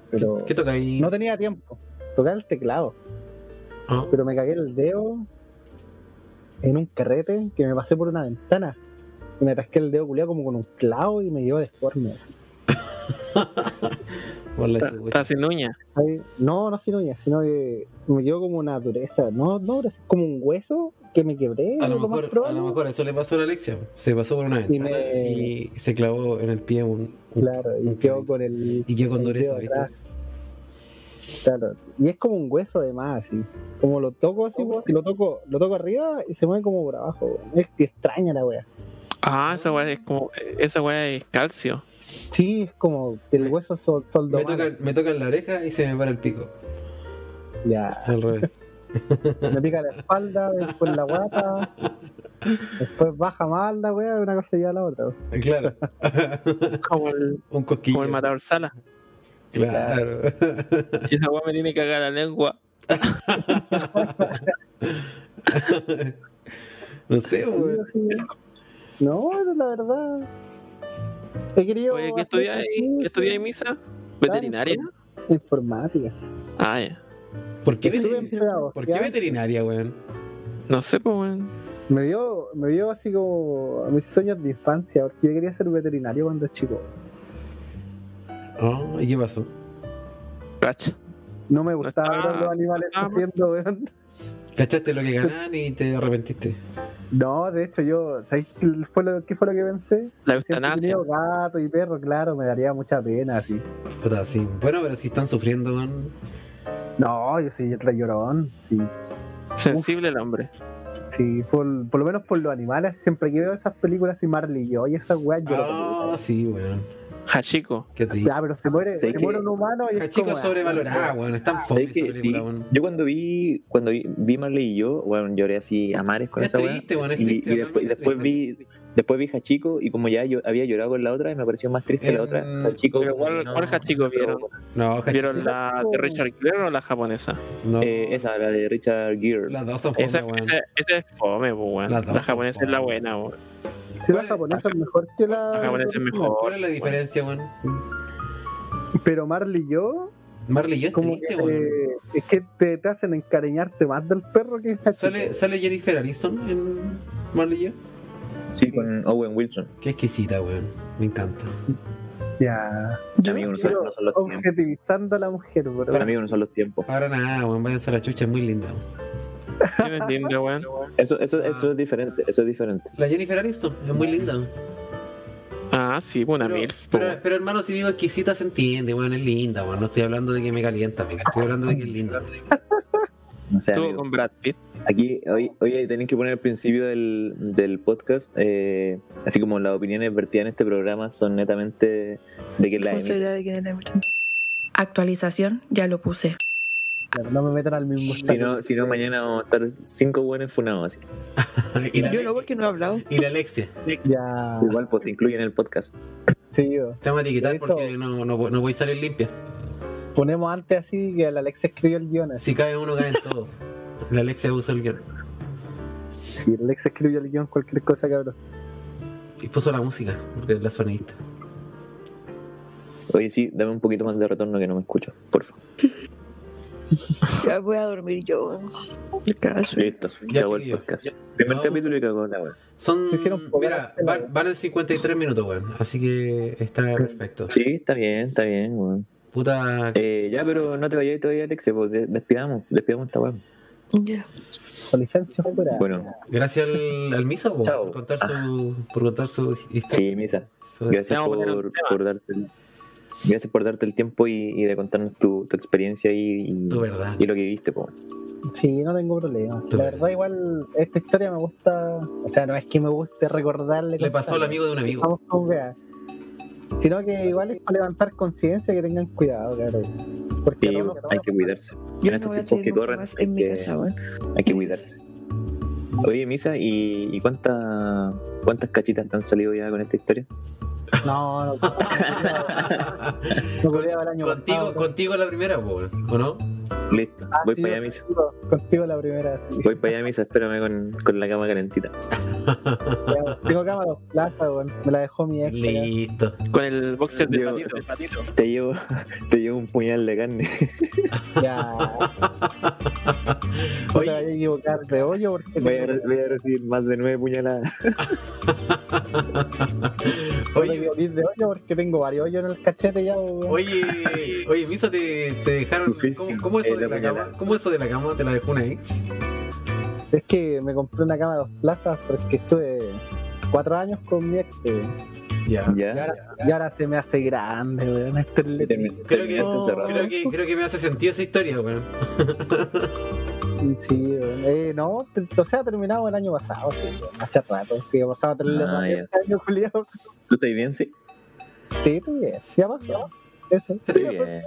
Pero...
¿Qué toca ahí?
No tenía tiempo. Tocar el teclado.
Ah.
Pero me cagué el dedo en un carrete que me pasé por una ventana. Y me rasqué el dedo culiado como con un clavo y me llevó deforme.
Por la
Está,
chucha.
está sin uña.
Ahí- No, no sin uñas, sino que me llevó como una dureza. No, no, es como un hueso que me quebré.
A lo,
más
mejor, a
probable.
lo mejor eso le pasó a la Alexia. Se pasó por una
Y
ventana
me-
y se clavó en el pie un. un-
Claro, y
un
quedó
clavito.
con el.
Y quedó con
el
dureza,
dedo
¿viste?
atrás. Claro, y es como un hueso además, así. Como lo toco así, pues, lo toco, lo toco arriba y se mueve como por abajo. weón. Es que extraña la wea.
Ah, esa weá es como. Esa weá es calcio.
Sí, es como el hueso sol, soldo
Me
malo.
tocan, me tocan la oreja y se me para el pico.
Ya,
Al revés.
me pica la espalda, después la guata, después baja mal la wea, una cosa ya la otra. weón.
Claro.
Como el,
un cosquillo.
como el matador sala.
Claro.
Y esa weá me tiene que cagar la lengua.
no sé, weón.
Sí, sí. No, no, la verdad. He querido.
Oye,
hacer
¿qué estudiáis? ¿Qué
ejercicio.
estudiáis misa? ¿Veterinaria?
Informática.
Ah, ya.
¿Por qué,
Estuve
veter-
en pedagogía.
¿Por qué veterinaria, weón?
No sé, pues, weón.
Me vio, me vio así como a mis sueños de infancia, porque yo quería ser veterinario cuando chico.
Ah, ¿Y qué pasó?
Cacha.
No me gustaba
estaba-
ver a los animales
no estaba-
sufriendo, weón.
¿Cachaste lo que ganaban y te arrepentiste?
No, de hecho yo, ¿sabes qué fue lo, qué fue lo que pensé?
La
Si hubiese
eutanasia.
tenido gato y perro, claro, me daría mucha pena, así.
Puta, sí. Bueno, pero si están sufriendo, weón.
No, yo soy re llorón, sí.
Sensible el hombre.
Sí, por, por lo menos por los animales, siempre que veo esas películas y Marley y yo y esas weas lloro.
Ah, sí, weón.
Hachiko.
Qué triste.
Ya, pero se muere,
Sé
se
que-
muere un humano y es
Hachiko
como,
es
ah,
sobrevalorada, weón. Es tan fome
Sé que
esa película,
sí.
weón.
Yo cuando vi, cuando vi, vi Marley y yo, bueno, lloré así a mares con
Es
esa weá.
triste, weón. Es
Y, y
triste.
después, y
realmente
después
triste.
vi después vi Hachiko y como ya yo había llorado con la otra, me pareció más triste la otra.
Em,
Hachiko,
¿Pero
como
cuál,
que no-
cuál Hachiko vieron?
No, Hachiko.
¿Vieron la de Richard Gere o la japonesa?
No.
Eh, esa, la de Richard Gere.
Las dos son
Esa,
fome, weón.
esa- esa es fome, pues, weón.
Las dos
La
son
japonesa es la
fome.
buena, weón.
Si la
¿Cuál-
japonesa es mejor que la.
La japonesa es mejor.
¿Cuál es la diferencia, weón?
Pero Marley y yo,
Marley, yo es
como
triste,
que,
weón.
eh, es que te, te hacen encariñarte más del perro que Hachiko.
¿Sale, ¿Sale Jennifer Aniston en Marley, yo?
Sí, con Owen Wilson.
Qué exquisita, weón. Me encanta.
Ya.
Amigo, no son, no son los tiempos.
Objetivizando a la mujer, bro.
Amigo, no son los tiempos.
Para nada, weón. Váyanse a la chucha, es muy linda, weón.
Yo no entiendo, weón.
Eso, eso, eso es diferente, eso es diferente.
La Jennifer Aniston es muy linda.
Ah, sí, pues, una
Pero,
mil.
pero, pero, hermano, si digo exquisita se entiende, weón, es linda, weón. No estoy hablando de que me calienta, me estoy hablando de que es linda.
No sé,
Estuvo
amigo.
con Brad Pitt.
Aquí, hoy, hoy tenéis que poner al principio del, del podcast, eh, así como las opiniones vertidas en este programa son netamente de que la emite.
Responsabilidad de quienes la emiten.
Actualización, ya lo puse.
No me metan al mismo
Si no, si no, mañana vamos a estar cinco buenos funados. Así.
y, la,
Yo no, porque no he hablado.
y la Alexia. Ah.
Ya.
Igual, pues te incluyen en el podcast.
Sí, yo.
Te vamos a etiquetar
De hecho-
porque no, no, no voy a salir limpia.
Ponemos antes así que el Alex escribió el guión. Así.
Si cae uno, caen todos. La Alexia usa el guión.
Sí, el Alex escribió el guión, cualquier cosa, cabrón.
Y puso la música, porque es la sonidista.
Oye, sí, dame un poquito más de retorno que no me escucho, por favor.
Ya voy a dormir yo, weón. Me caso.
Listo,
Ya,
acabó el
chiquillos,
podcast.
ya.
Primer
No.
capítulo y cagó la wea.
Son.
Se hicieron
Mira,
poder-
van, van en 53 minutos, weón. Así que está perfecto.
Sí, está bien, está bien, weón.
Puta.
Eh, ya, pero no te vayas todavía, Alex, pues de- despidamos, despidamos esta weá.
Ya.
Con licencia fuera.
Bueno,
Gracias al, al Misa po,
Chao. Ah.
por contar su, por contar su historia.
sí, misa.
Su-
Gracias
Vamos a poner
por,
un tema.
por darte el, gracias por darte el tiempo y, y de contarnos tu, tu experiencia y, y,
Tu verdad.
y lo que viste. po.
Sí, no tengo problema.
Tú
La
eres.
verdad, igual, esta historia me gusta. O sea, no es que me guste recordarle.
Le pasó al
contarle.
amigo de un amigo.
Vamos con weá. Sino que igual es para levantar conciencia que tengan cuidado, claro. Porque
Sí,
no, no,
po,
no,
hay
no,
que cuidarse,
Yo
estos
no voy a
tiempos
salir
que
nunca
corren,
más
hay
en mi
que-
casa, weón.
hay que cuidarse. Oye, Misa, ¿y, y cuánta- cuántas cachitas te han salido ya con esta historia?
No, no. No cuidaba el año
contigo,
pasado.
contigo la primera, po, weón, ¿o no?
Listo,
Ah,
voy
sí,
para allá,
yo
Misa.
contigo- Contigo la primera, sí.
Voy para allá, Misa, espérame con, con la cama calentita.
Ya, Tengo cama dos plazas, weón. Me la dejó mi ex. ya.
Listo.
Con el boxer de
Yo-
patito.
Te llevo, te llevo un puñal de carne.
Ya. No te
Oye,
vayas a equivocar de hoyo porque.
Voy a, voy a recibir más de nueve puñaladas.
No
Oye,
tengo pies de hoyo porque tengo varios hoyos en el cachete ya, weón.
oye, oye, Misa, te, te dejaron.
Difícil,
¿cómo, cómo eso
eh,
de la
la
cama?
puñalada.
¿Cómo eso de la cama te la dejó una ex?
Es que me compré una cama de dos plazas porque estuve cuatro años con mi ex, weón.
Ya.
Y
Ya.
ahora, y ahora se me hace grande, weón. Este es
Y
el-
termi-
Creo que-
terminaste encerrado.
Creo que, creo que me hace sentido esa historia, weón.
Sí, weón. Eh, no, te- o sea, terminado el año pasado, sí, weón. Hace rato. Sí, que pasaba tres
Ah, ya.
años, Julio.
¿Tú estás bien? Sí.
Sí, tú bien. Ya pasó. Eso.
Estoy bien.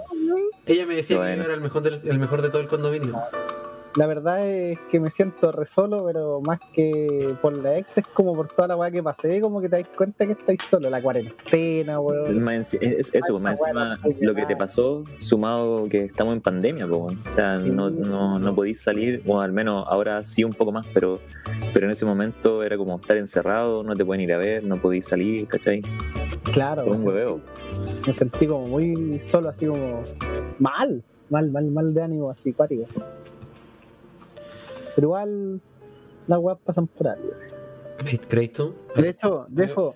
Ella me decía que
Bueno.
yo era el mejor, del- el mejor de todo el condominio.
La verdad es que me siento re solo, pero más que por la ex, es como por toda la weá que pasé, como que te das cuenta que estáis solo. La cuarentena,
Es
weón.
más enci- es- es- eso, pues, más encima lo que te pasó, sumado que estamos en pandemia, po, weón. o sea,
Sí.
no, no, no podís salir, o al menos ahora sí un poco más, pero, pero en ese momento era como estar encerrado, no te pueden ir a ver, no podís salir, ¿cachai?
Claro,
Fue un
me
hueveo.
sentí, me sentí como muy solo, así como mal, mal, mal, mal de ánimo, así cuático. Pero igual las weas pasan por algo. así.
¿Crees- ¿Crees tú?
De hecho, dejo.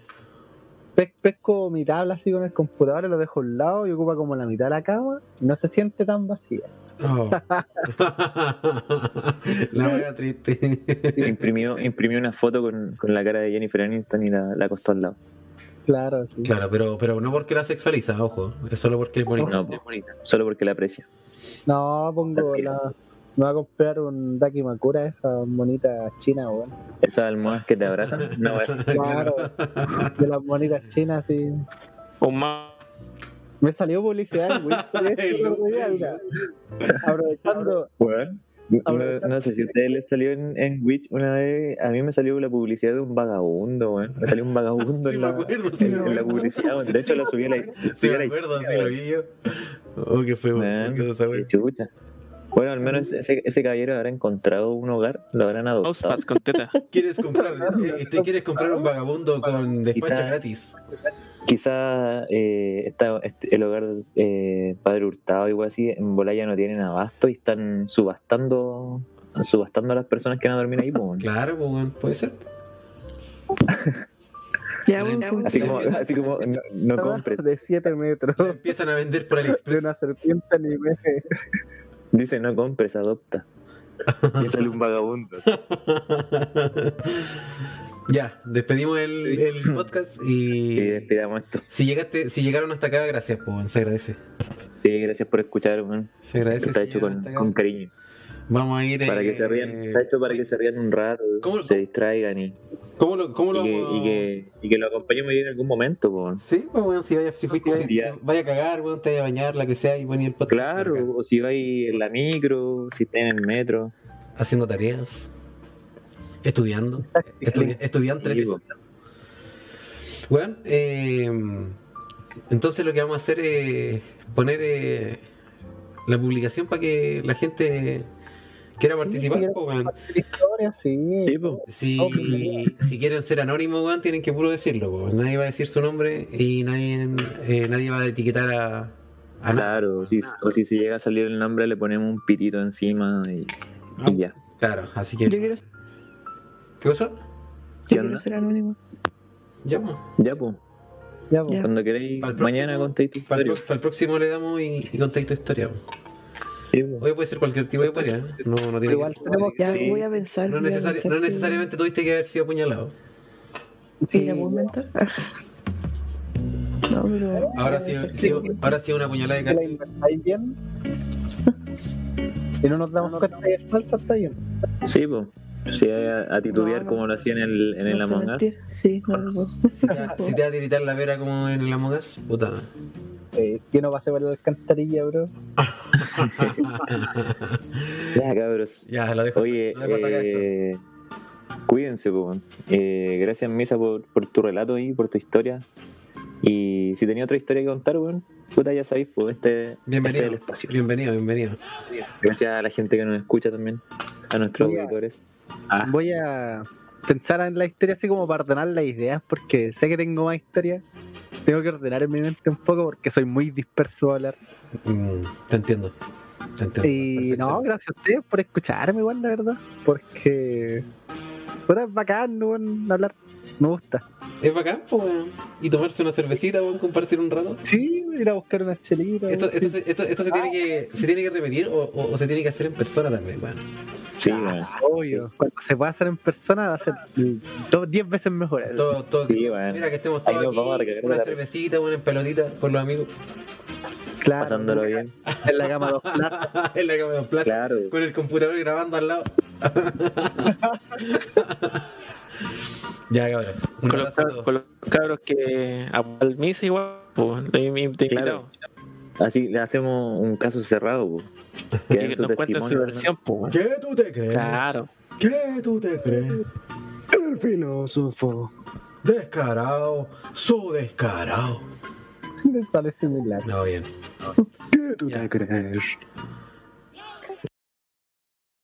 pe- pesco mi tabla así con el computador y lo dejo a un lado y ocupa como la mitad de la cama. y No se siente tan vacía.
Oh. la wea triste.
Imprimió, imprimió una foto con, con la cara de Jennifer Aniston y la, la acostó al lado.
Claro, sí.
Claro, pero, pero no porque la sexualiza, ojo. Es solo porque es bonita.
No, po, solo porque la aprecia.
No, pongo
Tranquilo.
la. Me voy a comprar un Daki Makura, esa bonita china, weón.
Esas almohadas que te abrazan, no, weón.
Claro, de las bonitas chinas, sí.
Un ma-
Me salió publicidad en Wish de esto el otro día, mira. Aprovechando,
Weón, No, no sé si a ustedes les salió en, en Witch una vez. A mí me salió la publicidad de un vagabundo, weón. Me salió un vagabundo
Sí
en,
me
la,
acuerdo, sí
en-
me
en la
acuerdo.
publicidad. weón. De hecho,
Sí
la
me
subí a la.
Sí,
subí a
me
la-
acuerdo, sí lo vi yo. Oh, qué feo.
Man,
qué esa wea.
qué chucha. Bueno, al menos ese, ese caballero habrá encontrado un hogar, lo habrán adoptado.
mousepad con teta.
¿Quieres comprar, eh, te quieres comprar un vagabundo con despacho
Quizá-
gratis?
Quizá eh, esta- este- el hogar eh, Padre Hurtado, igual así, en bola ya no tienen abasto y están subastando subastando a las personas que van a dormir ahí. po, weón.
Claro, pues, weón, puede ser.
Ya, weón.
Así como, así como no, no compres.
de 7 metros,
La empiezan a vender por
de
AliExpress.
una serpiente anime.
Dice, no compres, adopta. Y sale un vagabundo.
ya, despedimos el, el podcast
Y
y.
despidamos esto.
Si llegaste, si llegaron hasta acá, gracias, pues, weón, se agradece.
Sí, gracias por escuchar, man.
Se agradece.
Está
si
hecho
llegaron
con,
hasta acá.
con cariño.
Vamos a ir.
Para que
eh,
se rían. Está hecho para que se rían un rato,
¿Cómo-
se distraigan y,
¿Cómo lo, cómo lo
y que, y, que, y que lo acompañemos ahí en algún momento, po.
Sí, pues, weón, si vaya, si, fui-
Sí,
si- si
ya.
vaya a cagar, weón, te vaya a bañar, la que sea, y poner el podcast.
Claro,
acá,
o si vais en la micro, si estáis en el metro.
Haciendo tareas. Estudiando. estudi- estudiantes.
Sí, po.
Bueno, eh, entonces lo que vamos a hacer es poner eh, la publicación para que la gente quiera participar.
quiera
po, weón.
Historia, sí.
Sí, po.
Si, si quieren ser anónimos, weón, tienen que puro decirlo. po. Nadie va a decir su nombre y nadie, eh, nadie va a etiquetar a, a nada.
Claro, si, o si se llega a salir el nombre, le ponemos un pitito encima y,
Ah.
y ya.
Claro, así que.
Yo quiero, yo
¿Qué cosa?
¿Qué
quiero
onda?
ser anónimo.
Ya, po.
Ya, pues.
Ya, pues.
Ya.
Cuando queréis,
Para el
mañana
próximo-
contáis tu
Para el,
historia.
pro- para el próximo le damos y, y contáis tu historia. po.
Sí, po.
Hoy puede ser cualquier tipo de historia. ¿eh? No, no tiene
Igual
que ser-
tenemos
Ya
Sí.
voy a pensar.
no,
voy a
necesari-
pensar
no
que-
necesariamente tuviste que haber sido apuñalado.
Sí,
pues,
la puedo inventar. Ah. No, pero.
Ahora sí, sí, ahora sí una puñalada de
que la
carne.
inventáis bien. Y no nos damos cuenta que es falsa, está bien.
Sí, pues. Si hay a, a titubear
No, no,
como lo hacían en el, en el
no sé
Among Us.
mentir. Sí, no, no, no.
Si te, va- si te va a tiritar la vera como en el Among Us, puta.
Eh, si yo no pasé por la alcantarilla, bro.
Ya, cabros.
ya, lo dejo.
Oye,
lo dejo hasta acá esto.
eh, cuídense, po. Eh, gracias, Misa, por, por tu relato y por tu historia. Y si tenía otra historia que contar, weón, puta, ya sabéis, po, este, este es
Bienvenido,
el espacio.
bienvenido, bienvenido.
Gracias a la gente que nos escucha también, a nuestros
Mira.
auditores. Ah.
Voy a pensar en la historia así como para ordenar las ideas, porque sé que tengo más historias. Tengo que ordenar en mi mente un poco porque soy muy disperso a hablar.
Mm, te entiendo. Te entiendo.
Y
perfecto.
no, gracias a ustedes por escucharme, igual, la verdad. Porque. Puta, es bacán, weón, hablar. Me gusta.
Es bacán, po, weón. Y tomarse una cervecita, weón, compartir un rato.
Sí, ir a buscar unas chelitas.
Esto,
sí.
esto, se- esto, esto se, tiene que, se tiene que repetir o, o- o se tiene que hacer en persona también, weón.
Sí, weón.
Obvio, cuando se pueda hacer en persona va a ser dos, diez veces mejor.
Todo, todo,
Sí, weón.
Mira que estemos
Ahí
todos
nos vamos a
aquí,
recargar
una
la-
cervecita, weón, en pelotita con los amigos.
claro,
Pasándolo bien.
En la cama dos plazas.
en la cama de plaza.
Claro.
Con el computador grabando al lado. ya, cabrón. Un
Con los,
abrazo a
cabros,
todos.
con los cabros que al misa igual, pues, de, mi- de
Claro.
invitado.
Así le hacemos un caso cerrado, po. Que
Y
den
que
su
nos cuenten su
testimonio,
versión, pues.
¿Qué tú te crees?
Claro.
¿Qué tú te crees?
El filósofo.
Descarado, su descarado.
Me parece muy largo.
No, bien.
¿Qué tú te
Ya.
crees?